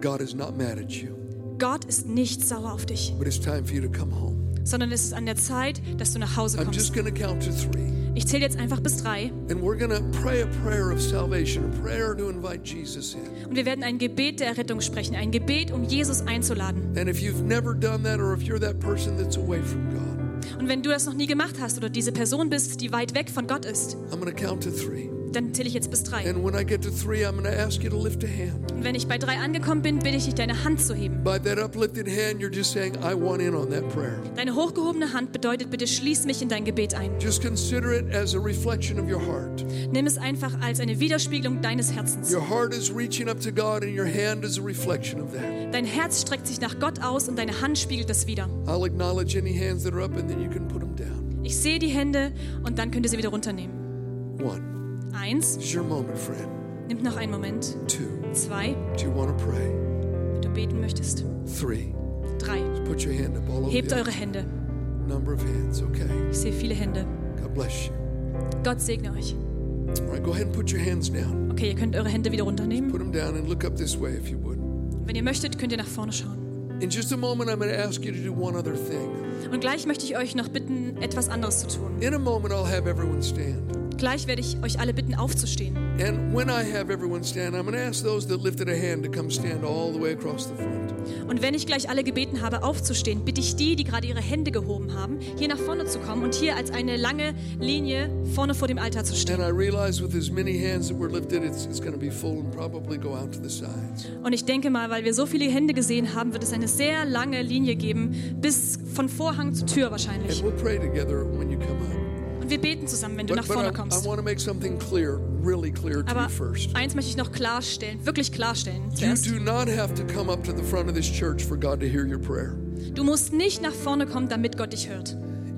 Speaker 3: God is not mad at you,
Speaker 4: Gott ist nicht sauer auf dich,
Speaker 3: but it's time for you to come home.
Speaker 4: sondern es ist an der Zeit, dass du nach Hause
Speaker 3: I'm just
Speaker 4: kommst.
Speaker 3: going to count to three.
Speaker 4: Ich zähle jetzt einfach bis drei
Speaker 3: And we're going to pray a prayer of salvation, a prayer to invite Jesus in.
Speaker 4: und wir werden ein Gebet der Errettung sprechen, ein Gebet, um Jesus einzuladen.
Speaker 3: And if you've never done that, or if you're that person that's away from God,
Speaker 4: Und wenn du das noch nie gemacht hast oder diese Person bist, die weit weg von Gott ist,
Speaker 3: I'm going to count to three.
Speaker 4: dann zähle ich jetzt bis drei.
Speaker 3: And when I get to three, I'm going to ask you to lift a hand.
Speaker 4: Und wenn ich bei drei angekommen bin, bitte ich dich, deine Hand zu heben.
Speaker 3: By that uplifted hand, you're just saying, I want in on that prayer.
Speaker 4: Deine hochgehobene Hand bedeutet, bitte schließ mich in dein Gebet ein.
Speaker 3: Just consider it as a reflection of your heart.
Speaker 4: Nimm es einfach als eine Widerspiegelung deines Herzens.
Speaker 3: Your heart is reaching up to God, and your hand is a reflection of that.
Speaker 4: Dein Herz streckt sich nach Gott aus und deine Hand spiegelt das wieder.
Speaker 3: I'll acknowledge any hands that are up, and then you can put them down.
Speaker 4: Ich sehe die Hände und dann könnt ihr sie wieder runternehmen.
Speaker 3: One,
Speaker 4: Eins,
Speaker 3: it's your moment, friend.
Speaker 4: nimmt noch einen Moment.
Speaker 3: Two,
Speaker 4: Zwei,
Speaker 3: do you want to pray?
Speaker 4: wenn du beten möchtest.
Speaker 3: Three,
Speaker 4: Drei,
Speaker 3: put your hand up all over
Speaker 4: hebt
Speaker 3: the
Speaker 4: eure Hände.
Speaker 3: number of hands. Okay.
Speaker 4: Ich sehe viele Hände.
Speaker 3: God bless you.
Speaker 4: Gott segne euch.
Speaker 3: All right, go ahead and put your hands down.
Speaker 4: Okay, ihr könnt eure Hände wieder runternehmen.
Speaker 3: Put them down and look up this way if you would.
Speaker 4: Wenn ihr möchtet, könnt ihr nach vorne schauen.
Speaker 3: In just a moment, I'm going to ask you to do one other thing.
Speaker 4: Und gleich möchte ich euch noch bitten, etwas anderes zu tun.
Speaker 3: In a moment, I'll have everyone stand.
Speaker 4: Gleich werde ich euch alle bitten, aufzustehen.
Speaker 3: And when I have everyone stand, I'm going to ask those that lifted a hand to come stand all the way across the front.
Speaker 4: Und wenn ich gleich alle gebeten habe, aufzustehen, bitte ich die, die gerade ihre Hände gehoben haben, hier nach vorne zu kommen und hier als eine lange Linie vorne vor dem Altar zu stehen.
Speaker 3: And I realize with as many hands that were lifted, it's, it's going to be full and probably go out to the sides.
Speaker 4: Und ich denke mal, weil wir so viele Hände gesehen haben, wird es eine sehr lange Linie geben, bis von Vorhang zur Tür
Speaker 3: And
Speaker 4: wahrscheinlich.
Speaker 3: we'll pray together when you come up.
Speaker 4: Und wir beten zusammen, wenn du nach
Speaker 3: But, but
Speaker 4: vorne
Speaker 3: I, I
Speaker 4: kommst.
Speaker 3: want to make something clear, really clear to
Speaker 4: Aber
Speaker 3: you first.
Speaker 4: eins möchte ich noch klarstellen, wirklich klarstellen.
Speaker 3: You
Speaker 4: Zuerst.
Speaker 3: do not have to come up to the front of this church for God to hear your prayer.
Speaker 4: Du musst nicht nach vorne kommen, damit Gott dich hört.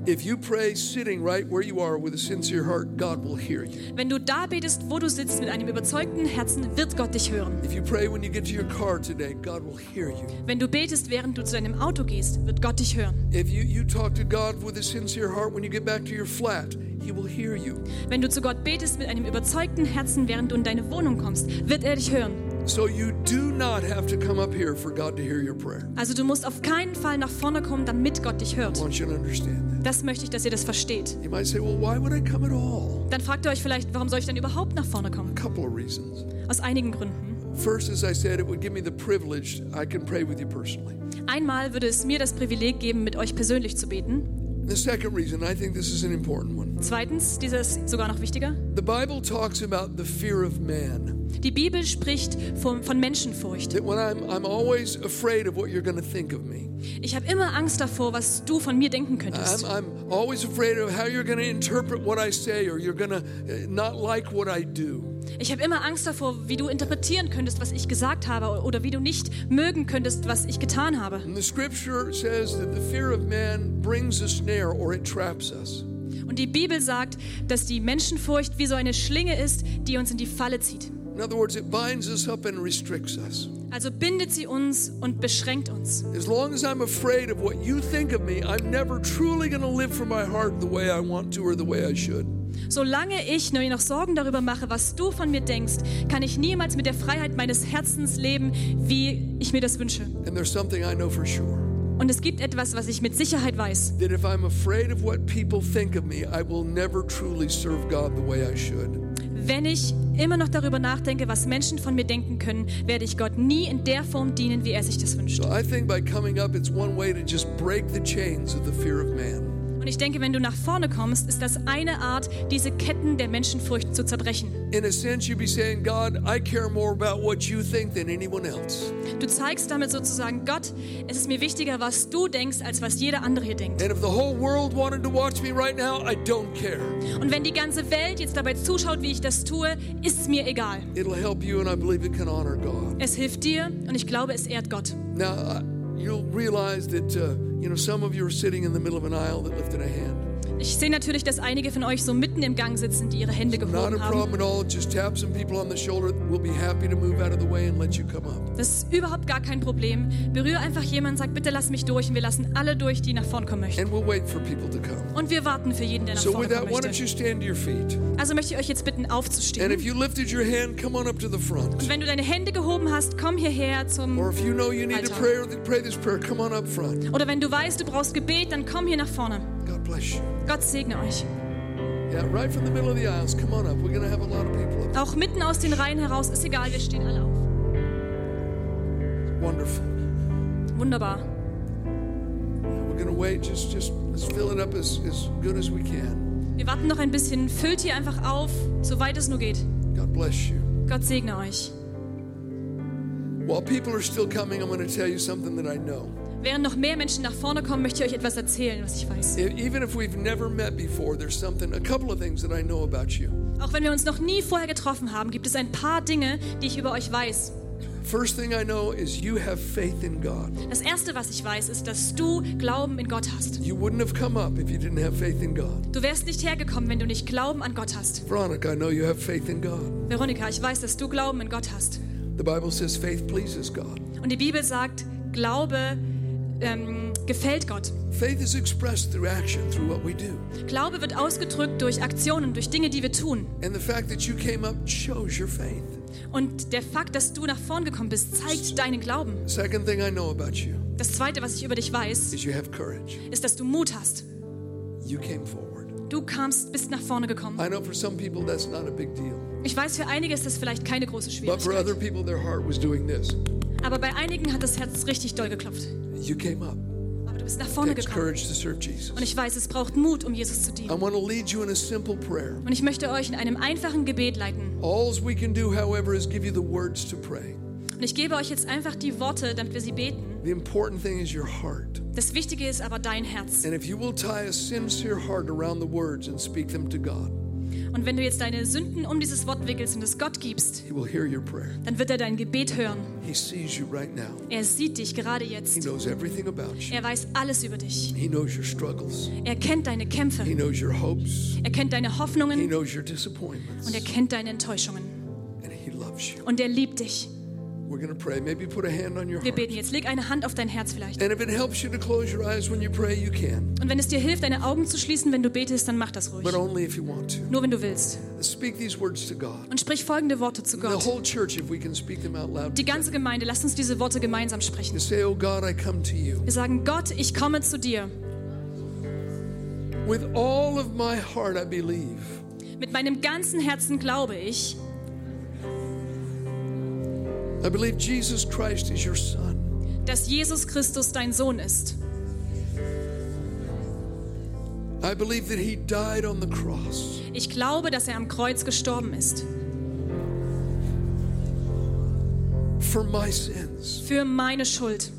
Speaker 3: If you pray sitting right where you are with a sincere heart, God will hear you.
Speaker 4: Wenn du da betest, wo du sitzt, mit einem überzeugten Herzen, wird Gott dich hören.
Speaker 3: If you pray when you get to your car today, God will hear you.
Speaker 4: Wenn du betest, während du zu deinem Auto gehst, wird Gott dich hören.
Speaker 3: If you, you talk to God with a sincere heart when you get back to your flat, He will hear you.
Speaker 4: Wenn du zu Gott betest mit einem überzeugten Herzen, während du in deine Wohnung kommst, wird er dich hören.
Speaker 3: So you do not have to come up here for God to hear your prayer.
Speaker 4: Also du musst auf keinen Fall nach vorne kommen, damit Gott dich
Speaker 3: I
Speaker 4: hört.
Speaker 3: want you to understand that.
Speaker 4: Das möchte ich, dass ihr das versteht.
Speaker 3: You might say, well, why would I come at all?
Speaker 4: Dann fragt ihr euch vielleicht, warum soll ich denn überhaupt nach vorne
Speaker 3: A
Speaker 4: kommen?
Speaker 3: couple of reasons.
Speaker 4: Aus einigen Gründen.
Speaker 3: First, as I said, it would give me the privilege I can pray with you personally.
Speaker 4: Einmal würde es mir das Privileg geben, mit euch persönlich zu beten.
Speaker 3: The second reason, I think this is an important one.
Speaker 4: Zweitens, dieser ist sogar noch wichtiger,
Speaker 3: The Bible talks about the fear of man.
Speaker 4: die Bibel spricht von, von Menschenfurcht.
Speaker 3: That when I'm, I'm always afraid of what you're going to think of me.
Speaker 4: Ich habe immer Angst davor, was du von mir denken
Speaker 3: I'm,
Speaker 4: könntest.
Speaker 3: I'm always afraid of how you're going to interpret what I say or you're going to not like what I do.
Speaker 4: Ich habe immer Angst davor, wie du interpretieren könntest, was ich gesagt habe oder wie du nicht mögen könntest, was ich getan habe.
Speaker 3: And the scripture says that the fear of man brings a snare or it traps us.
Speaker 4: Und die Bibel sagt, dass die Menschenfurcht wie so eine Schlinge ist, die uns in die Falle zieht.
Speaker 3: In other words, it binds us up and restricts us.
Speaker 4: Also bindet sie uns und beschränkt uns.
Speaker 3: As long as I'm afraid of what you think of me, I'm never truly going to live from my heart the way I want to or the way I should.
Speaker 4: Solange ich mir noch Sorgen darüber mache, was du von mir denkst, kann ich niemals mit der Freiheit meines Herzens leben, wie ich mir das wünsche.
Speaker 3: And there's something I know for sure
Speaker 4: Und es gibt etwas, was ich mit Sicherheit weiß.
Speaker 3: that if I'm afraid of what people think of me, I will never truly serve God the way I should.
Speaker 4: Wenn ich immer noch darüber nachdenke, was Menschen von mir denken können, werde ich Gott nie in der Form dienen, wie er sich das wünscht.
Speaker 3: So I think by coming up, it's one way to just break the chains of the fear of man.
Speaker 4: Und ich denke, wenn du nach vorne kommst, ist das eine Art, diese Ketten der Menschenfurcht zu zerbrechen.
Speaker 3: In a sense, you'd be saying, God, I care more about what you think than anyone else.
Speaker 4: Du zeigst damit sozusagen Gott, es ist mir wichtiger, was du denkst, als was jeder andere hier denkt.
Speaker 3: And if the whole world wanted to watch me right now, I don't care.
Speaker 4: Und wenn die ganze Welt jetzt dabei zuschaut, wie ich das tue, ist es mir egal.
Speaker 3: It'll help you, and I believe it can honor God.
Speaker 4: Es hilft dir und ich glaube, es ehrt Gott.
Speaker 3: Now, I- you'll realize that, uh, you know, some of you are sitting in the middle of an aisle that lifted a hand.
Speaker 4: Ich sehe natürlich, dass einige von euch so mitten im Gang sitzen, die ihre Hände
Speaker 3: Not a
Speaker 4: gehoben haben.
Speaker 3: problem at all. Just tap some people on the shoulder. We'll be happy to move out of the way and let you come up.
Speaker 4: Das ist überhaupt gar kein Problem. Berühre einfach jemanden, sag bitte lass mich durch und wir lassen alle durch, die nach vorn kommen möchten.
Speaker 3: And we'll wait for people to come.
Speaker 4: Und wir warten für jeden, der nach
Speaker 3: So,
Speaker 4: vorne
Speaker 3: with that, why
Speaker 4: kommen
Speaker 3: don't
Speaker 4: möchte.
Speaker 3: you stand to your feet?
Speaker 4: Also möchte ich euch jetzt bitten,
Speaker 3: And if
Speaker 4: aufzustehen.
Speaker 3: you lifted your hand, come on up to the
Speaker 4: Und
Speaker 3: front.
Speaker 4: wenn du deine Hände gehoben hast, komm hierher
Speaker 3: Or
Speaker 4: zum...
Speaker 3: if you know you need to
Speaker 4: Alter.
Speaker 3: pray, pray this prayer, come on up front.
Speaker 4: Oder wenn du weißt, du brauchst Gebet, dann komm hier nach vorne.
Speaker 3: God bless you.
Speaker 4: Gott segne euch.
Speaker 3: Yeah, right from the middle of the aisles. Come on up. We're going to have a lot of people up.
Speaker 4: Auch mitten aus den Reihen heraus, ist egal, wir stehen alle auf.
Speaker 3: Wonderful.
Speaker 4: Wunderbar.
Speaker 3: We're going to wait. Just, just let's fill it up as, as good as we can.
Speaker 4: Wir warten noch ein bisschen. Füllt hier einfach auf, soweit es nur geht.
Speaker 3: God bless you.
Speaker 4: Gott segne euch.
Speaker 3: While people are still coming, I'm going to tell you something that I know.
Speaker 4: Während noch mehr Menschen nach vorne kommen, möchte ich euch etwas erzählen, was ich weiß.
Speaker 3: E- even if we've never met before, there's something, a couple of things that I know about you.
Speaker 4: Auch wenn wir uns noch nie vorher getroffen haben, gibt es ein paar Dinge, die ich über euch weiß.
Speaker 3: First thing I know is you have faith in God.
Speaker 4: Das Erste, was ich weiß, ist, dass du Glauben in Gott hast.
Speaker 3: You wouldn't have come up if you didn't have faith in God.
Speaker 4: Du wärst nicht hergekommen, wenn du nicht Glauben an Gott hast.
Speaker 3: Veronica, I know you have faith in God.
Speaker 4: Veronika, ich weiß, dass du Glauben in Gott hast.
Speaker 3: The Bible says faith pleases God.
Speaker 4: Und die Bibel sagt, Glaube ähm, gefällt Gott.
Speaker 3: Faith is expressed through action, through what we do.
Speaker 4: Glaube wird ausgedrückt durch Aktionen, durch Dinge, die wir tun.
Speaker 3: And the fact that you came up shows your faith.
Speaker 4: Und der Fakt, dass du nach vorn gekommen bist, zeigt deinen Glauben.
Speaker 3: Second thing I know about you
Speaker 4: Das Zweite, was ich über dich weiß,
Speaker 3: is you have courage.
Speaker 4: ist, dass du Mut hast.
Speaker 3: You came forward.
Speaker 4: Du kamst, bist nach vorne gekommen.
Speaker 3: I know for some people that's not a big deal,
Speaker 4: Ich weiß, für einige ist das vielleicht keine große
Speaker 3: but for other
Speaker 4: Schwierigkeit.
Speaker 3: people, their heart was doing this.
Speaker 4: Aber bei einigen hat das Herz richtig doll geklopft.
Speaker 3: You came up.
Speaker 4: Aber du bist nach vorne
Speaker 3: Takes
Speaker 4: gekommen.
Speaker 3: courage Oh. to serve Jesus.
Speaker 4: Und ich weiß, es braucht Mut, um Jesus zu
Speaker 3: I
Speaker 4: dienen.
Speaker 3: want to lead you in a simple prayer.
Speaker 4: Und ich möchte euch in einem einfachen Gebet leiten.
Speaker 3: All we can do, however, is give you the words to pray.
Speaker 4: Und ich gebe euch jetzt einfach die Worte, damit wir sie beten.
Speaker 3: The important thing is your heart.
Speaker 4: Das Wichtige ist aber dein Herz.
Speaker 3: And if you will tie a sincere heart around the words and speak them to God,
Speaker 4: Und wenn du jetzt deine Sünden um dieses Wort wickelst und es Gott gibst,
Speaker 3: He will hear your prayer.
Speaker 4: dann wird er dein Gebet hören.
Speaker 3: He sees you right now.
Speaker 4: Er sieht dich gerade
Speaker 3: He
Speaker 4: jetzt.
Speaker 3: knows everything about you.
Speaker 4: Er weiß alles über dich.
Speaker 3: He knows your struggles.
Speaker 4: Er kennt deine
Speaker 3: He
Speaker 4: Kämpfe.
Speaker 3: knows your hopes.
Speaker 4: Er kennt deine
Speaker 3: He
Speaker 4: Hoffnungen
Speaker 3: knows your disappointments.
Speaker 4: und er kennt deine Enttäuschungen.
Speaker 3: And he loves you.
Speaker 4: Und er liebt dich.
Speaker 3: We're going to pray. Maybe put a hand on your
Speaker 4: Wir
Speaker 3: heart.
Speaker 4: beten jetzt. Leg eine Hand auf dein Herz vielleicht.
Speaker 3: And if it helps you to close your eyes when you pray, you can,
Speaker 4: Und wenn es dir hilft, deine Augen zu schließen, wenn du betest, dann mach das ruhig.
Speaker 3: but only if you want to.
Speaker 4: Nur wenn du willst.
Speaker 3: Speak these words to God.
Speaker 4: Und sprich folgende Worte zu
Speaker 3: The
Speaker 4: Gott.
Speaker 3: whole church, if we can speak them out loud.
Speaker 4: Die ganze Gemeinde, lasst uns diese Worte gemeinsam sprechen.
Speaker 3: You say, Oh God, I come to you.
Speaker 4: Wir sagen, Gott, ich komme zu dir.
Speaker 3: With all of my heart, I believe
Speaker 4: Mit meinem ganzen Herzen glaube ich,
Speaker 3: I believe Jesus Christ is your Son.
Speaker 4: dass Jesus Christus dein Sohn ist.
Speaker 3: I believe that He died on the cross.
Speaker 4: Ich glaube, dass er am Kreuz gestorben ist.
Speaker 3: For my sins.
Speaker 4: Für meine Schuld.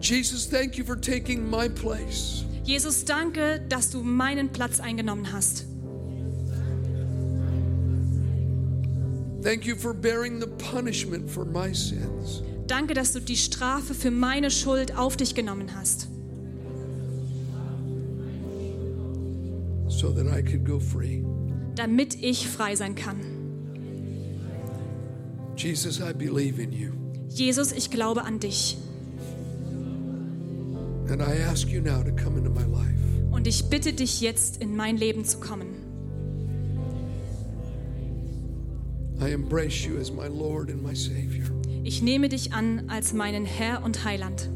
Speaker 3: Jesus, thank you for taking my place.
Speaker 4: Jesus, danke, dass du meinen Platz eingenommen hast.
Speaker 3: Thank you for bearing the punishment for my sins.
Speaker 4: Danke, dass du die Strafe für meine Schuld auf dich genommen hast,
Speaker 3: so that I could go free.
Speaker 4: damit ich frei sein kann.
Speaker 3: Jesus, I believe in you.
Speaker 4: Jesus, ich glaube an dich
Speaker 3: And I ask you now to come into my life.
Speaker 4: und ich bitte dich jetzt in mein Leben zu kommen.
Speaker 3: I embrace you as my Lord and my Savior.
Speaker 4: Ich nehme dich an als meinen Herr und Heiland.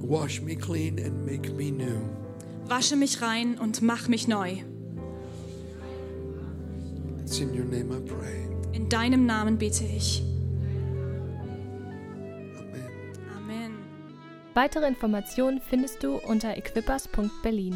Speaker 3: Wash me clean and make me new.
Speaker 4: Wasche mich rein und mach mich neu.
Speaker 3: It's in your name I pray.
Speaker 4: In deinem Namen bete ich.
Speaker 3: Amen.
Speaker 4: Amen.
Speaker 1: Weitere Informationen findest du unter equippers.berlin.